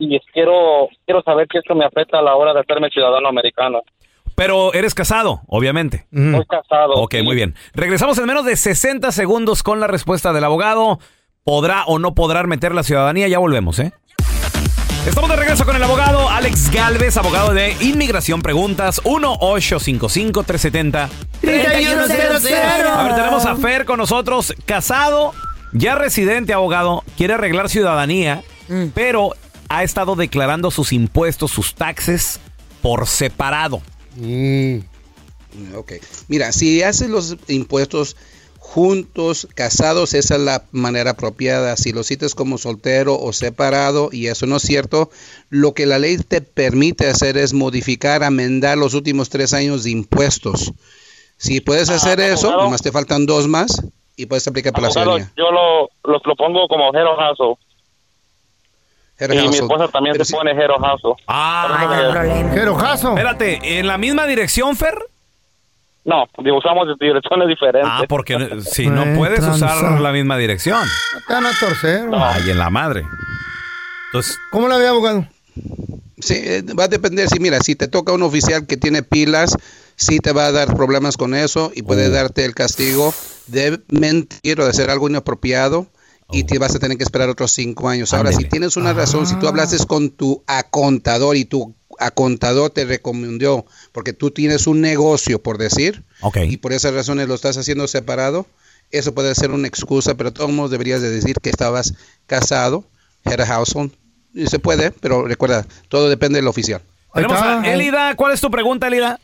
Speaker 21: y quiero quiero saber que esto me afecta a la hora de hacerme ciudadano americano.
Speaker 1: Pero eres casado, obviamente.
Speaker 21: Soy casado.
Speaker 1: Ok, muy bien. Regresamos en menos de 60 segundos con la respuesta del abogado. ¿Podrá o no podrá meter la ciudadanía? Ya volvemos, ¿eh? Estamos de regreso con el abogado Alex Galvez, abogado de Inmigración Preguntas 1-855-370-3100. A ver, tenemos a Fer con nosotros, casado, ya residente, abogado, quiere arreglar ciudadanía, pero ha estado declarando sus impuestos, sus taxes por separado.
Speaker 19: Mm, Ok. Mira, si haces los impuestos juntos, casados, esa es la manera apropiada. Si lo citas como soltero o separado, y eso no es cierto, lo que la ley te permite hacer es modificar, amendar los últimos tres años de impuestos. Si puedes hacer eso, nomás te faltan dos más y puedes aplicar para la
Speaker 21: Abogado,
Speaker 19: ciudadanía.
Speaker 21: yo lo, lo, lo pongo como Hero Hasso.
Speaker 19: Hero
Speaker 21: y mi
Speaker 19: Hasso.
Speaker 21: esposa también se pone Hero Hasso.
Speaker 1: Ah,
Speaker 2: Jerojazo.
Speaker 1: Espérate, ¿en la misma dirección, Fer?
Speaker 21: No, usamos direcciones diferentes.
Speaker 1: Ah, porque si no puedes usar la misma dirección.
Speaker 2: Te van a torcer.
Speaker 1: Ay, en la madre. Entonces,
Speaker 2: ¿Cómo la ve, abogado?
Speaker 19: Sí, eh, va a depender. Si mira, si te toca un oficial que tiene pilas, sí te va a dar problemas con eso y puede darte el castigo de mentir o de hacer algo inapropiado
Speaker 1: Oh.
Speaker 19: y te vas a tener que esperar otros cinco años. Ahora, si tienes
Speaker 2: Ah.
Speaker 19: una razón, si tú hablaste con tu acontador y tu acontador te recomendó porque tú tienes un negocio, por decir,
Speaker 1: ok.
Speaker 19: y por esas razones lo estás haciendo separado, eso puede ser una excusa, pero de todos modos deberías de decir que estabas casado, era household. Y se puede, pero recuerda, todo depende del oficial.
Speaker 1: Tenemos a Elida. ¿Cuál es tu pregunta, Elida?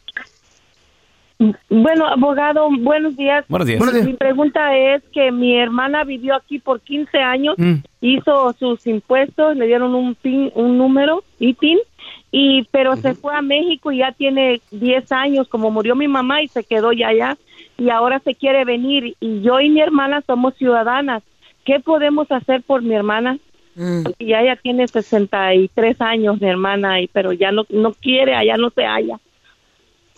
Speaker 5: Bueno, abogado, buenos días.
Speaker 1: Buenos días. Buenos días.
Speaker 5: Mi pregunta es que mi hermana vivió aquí por 15 años,
Speaker 1: Mm.
Speaker 5: hizo sus impuestos, le dieron un PIN, un número, ITIN, y pero se fue a México y ya tiene 10 años, como murió mi mamá y se quedó ya allá, y ahora se quiere venir, y yo y mi hermana somos ciudadanas. ¿Qué podemos hacer por mi hermana? Y ya ella tiene 63 años, mi hermana, y, pero ya no, no quiere, allá no se halla.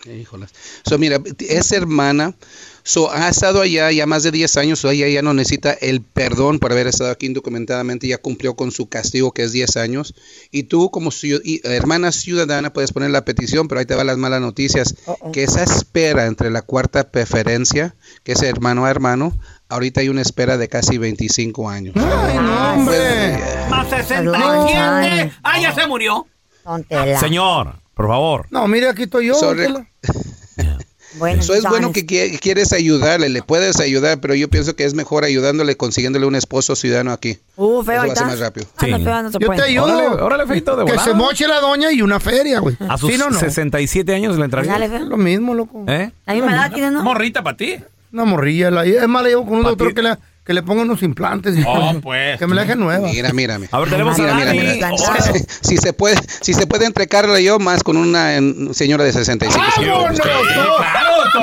Speaker 19: Híjolas. So, mira, es hermana. So, ha estado allá ya más de 10 años. So, ella ya no necesita el perdón por haber estado aquí indocumentadamente. Ya cumplió con su castigo, que es 10 años. Y tú, como ciu- y- hermana ciudadana, puedes poner la petición, pero ahí te van las malas noticias. Que esa espera entre la cuarta preferencia, que es hermano a hermano, ahorita hay una espera de casi 25 años.
Speaker 1: Más
Speaker 2: 67.
Speaker 1: Ah, ya se murió.
Speaker 19: Señor, por favor.
Speaker 2: No, mire, aquí estoy yo.
Speaker 19: Sorry.
Speaker 2: Tela.
Speaker 19: Eso es bueno que qui- quieres ayudarle, le puedes ayudar, pero yo pienso que es mejor ayudándole consiguiéndole un esposo ciudadano aquí.
Speaker 3: Uh,
Speaker 19: Eso
Speaker 3: feo,
Speaker 19: va a ser
Speaker 3: ahorita.
Speaker 19: más rápido.
Speaker 3: Anda, feo, no se
Speaker 2: Yo
Speaker 3: puede.
Speaker 2: te ayudo.
Speaker 1: Órale, órale, feito, de
Speaker 2: Que
Speaker 1: volada.
Speaker 2: se moche la doña y una feria, güey.
Speaker 1: A sus
Speaker 2: ¿Sí o no?
Speaker 1: 67 años le entraría.
Speaker 3: Dale, feo.
Speaker 2: Lo mismo, loco.
Speaker 1: ¿Eh?
Speaker 3: A mí me da aquí, ¿no?
Speaker 1: Morrita para ti.
Speaker 2: Una morrilla. la- es más, le llevo con un doctor que le, que le ponga unos implantes. y-
Speaker 1: Oh, pues.
Speaker 2: Que me la deje nueva.
Speaker 19: Mira, mírame.
Speaker 1: A ver, tenemos
Speaker 19: mira,
Speaker 1: a
Speaker 19: mira,
Speaker 1: Dani.
Speaker 19: mira.
Speaker 1: Hola.
Speaker 19: Si, si se puede, si se puede entre Carla y yo más con una en- señora de 65.
Speaker 2: ¡Vámonos, doctor!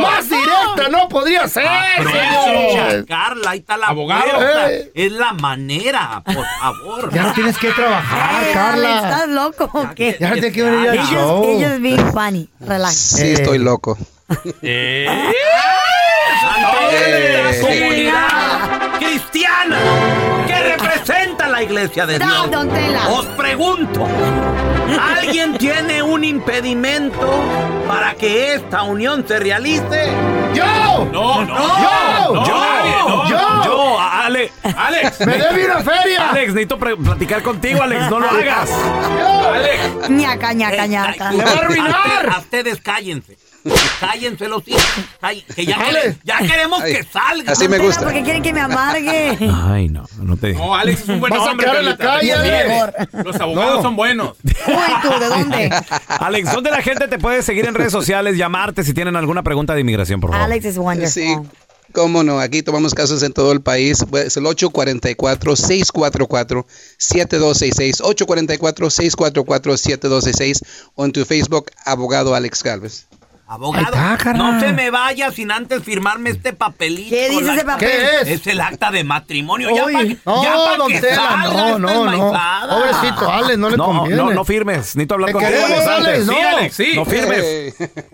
Speaker 2: Más directa no podría ser,
Speaker 1: Ah,
Speaker 2: señor.
Speaker 1: Carla, ahí está la
Speaker 2: Abogado.
Speaker 1: puerta.
Speaker 2: Eh.
Speaker 1: Es la manera, por favor.
Speaker 2: Ya no tienes que trabajar,
Speaker 3: Alex,
Speaker 2: Carla.
Speaker 3: ¿Estás loco o qué?
Speaker 2: Ya te quiero ir al
Speaker 3: Ellos-
Speaker 2: show.
Speaker 3: Ellos being funny. Relax.
Speaker 19: Sí, estoy loco.
Speaker 1: La comunidad cristiana que representa la iglesia de
Speaker 3: No,
Speaker 1: Dios.
Speaker 3: don Tela.
Speaker 1: Os pregunto, ¿alguien tiene un impedimento para que esta unión se realice?
Speaker 2: ¡Yo!
Speaker 1: No, no,
Speaker 2: ¡Yo!
Speaker 1: no,
Speaker 2: ¡Yo!
Speaker 1: nadie, no,
Speaker 2: ¡Yo!
Speaker 1: yo, a- Ale, Alex.
Speaker 2: ¡Me debe una feria!
Speaker 1: Alex, necesito pre- platicar contigo, Alex, no lo hagas. Alex.
Speaker 2: Eh.
Speaker 3: Ñaca, ñaca,
Speaker 1: Eh,
Speaker 3: ñaca.
Speaker 1: Le va a arruinar. A ustedes cállense. Cállense los hijos. Call- Que ya, quere- ya queremos que salga.
Speaker 19: así me gusta.
Speaker 3: Porque quieren que me amargue.
Speaker 1: Ay, no, no te
Speaker 4: No, Alex es un buen
Speaker 2: Vas a
Speaker 4: hombre.
Speaker 2: quedar en la
Speaker 4: Carlita.
Speaker 2: calle,
Speaker 4: Bien, Los abogados son buenos.
Speaker 3: Uy, tú, ¿de dónde?
Speaker 1: Alex, ¿dónde la gente te puede seguir en redes sociales, llamarte si tienen alguna pregunta de inmigración, por favor?
Speaker 3: Alex es wonderful.
Speaker 19: Sí. Cómo no, aquí tomamos casos en todo el país. Pues, Es el 844-644-7266. 844-644-7266. O en tu Facebook, abogado Alex Galvez.
Speaker 1: Abogado, no se me vaya sin antes firmarme este papelito.
Speaker 3: ¿Qué dice ese papel?
Speaker 2: ¿Qué es?
Speaker 1: el acta de matrimonio.
Speaker 2: Oye,
Speaker 1: ya
Speaker 2: no,
Speaker 1: pa- ya pa'
Speaker 2: don
Speaker 1: que
Speaker 2: Tela,
Speaker 1: salga
Speaker 2: no, no,
Speaker 1: esta
Speaker 2: no.
Speaker 1: enmaizada.
Speaker 2: Pobrecito, Alex, no le conviene.
Speaker 1: No, no firmes. Necesito hablar
Speaker 2: Te
Speaker 1: contigo,
Speaker 2: queremos,
Speaker 1: Alex, antes.
Speaker 2: Alex, no.
Speaker 1: Sí, Alex, sí. No firmes.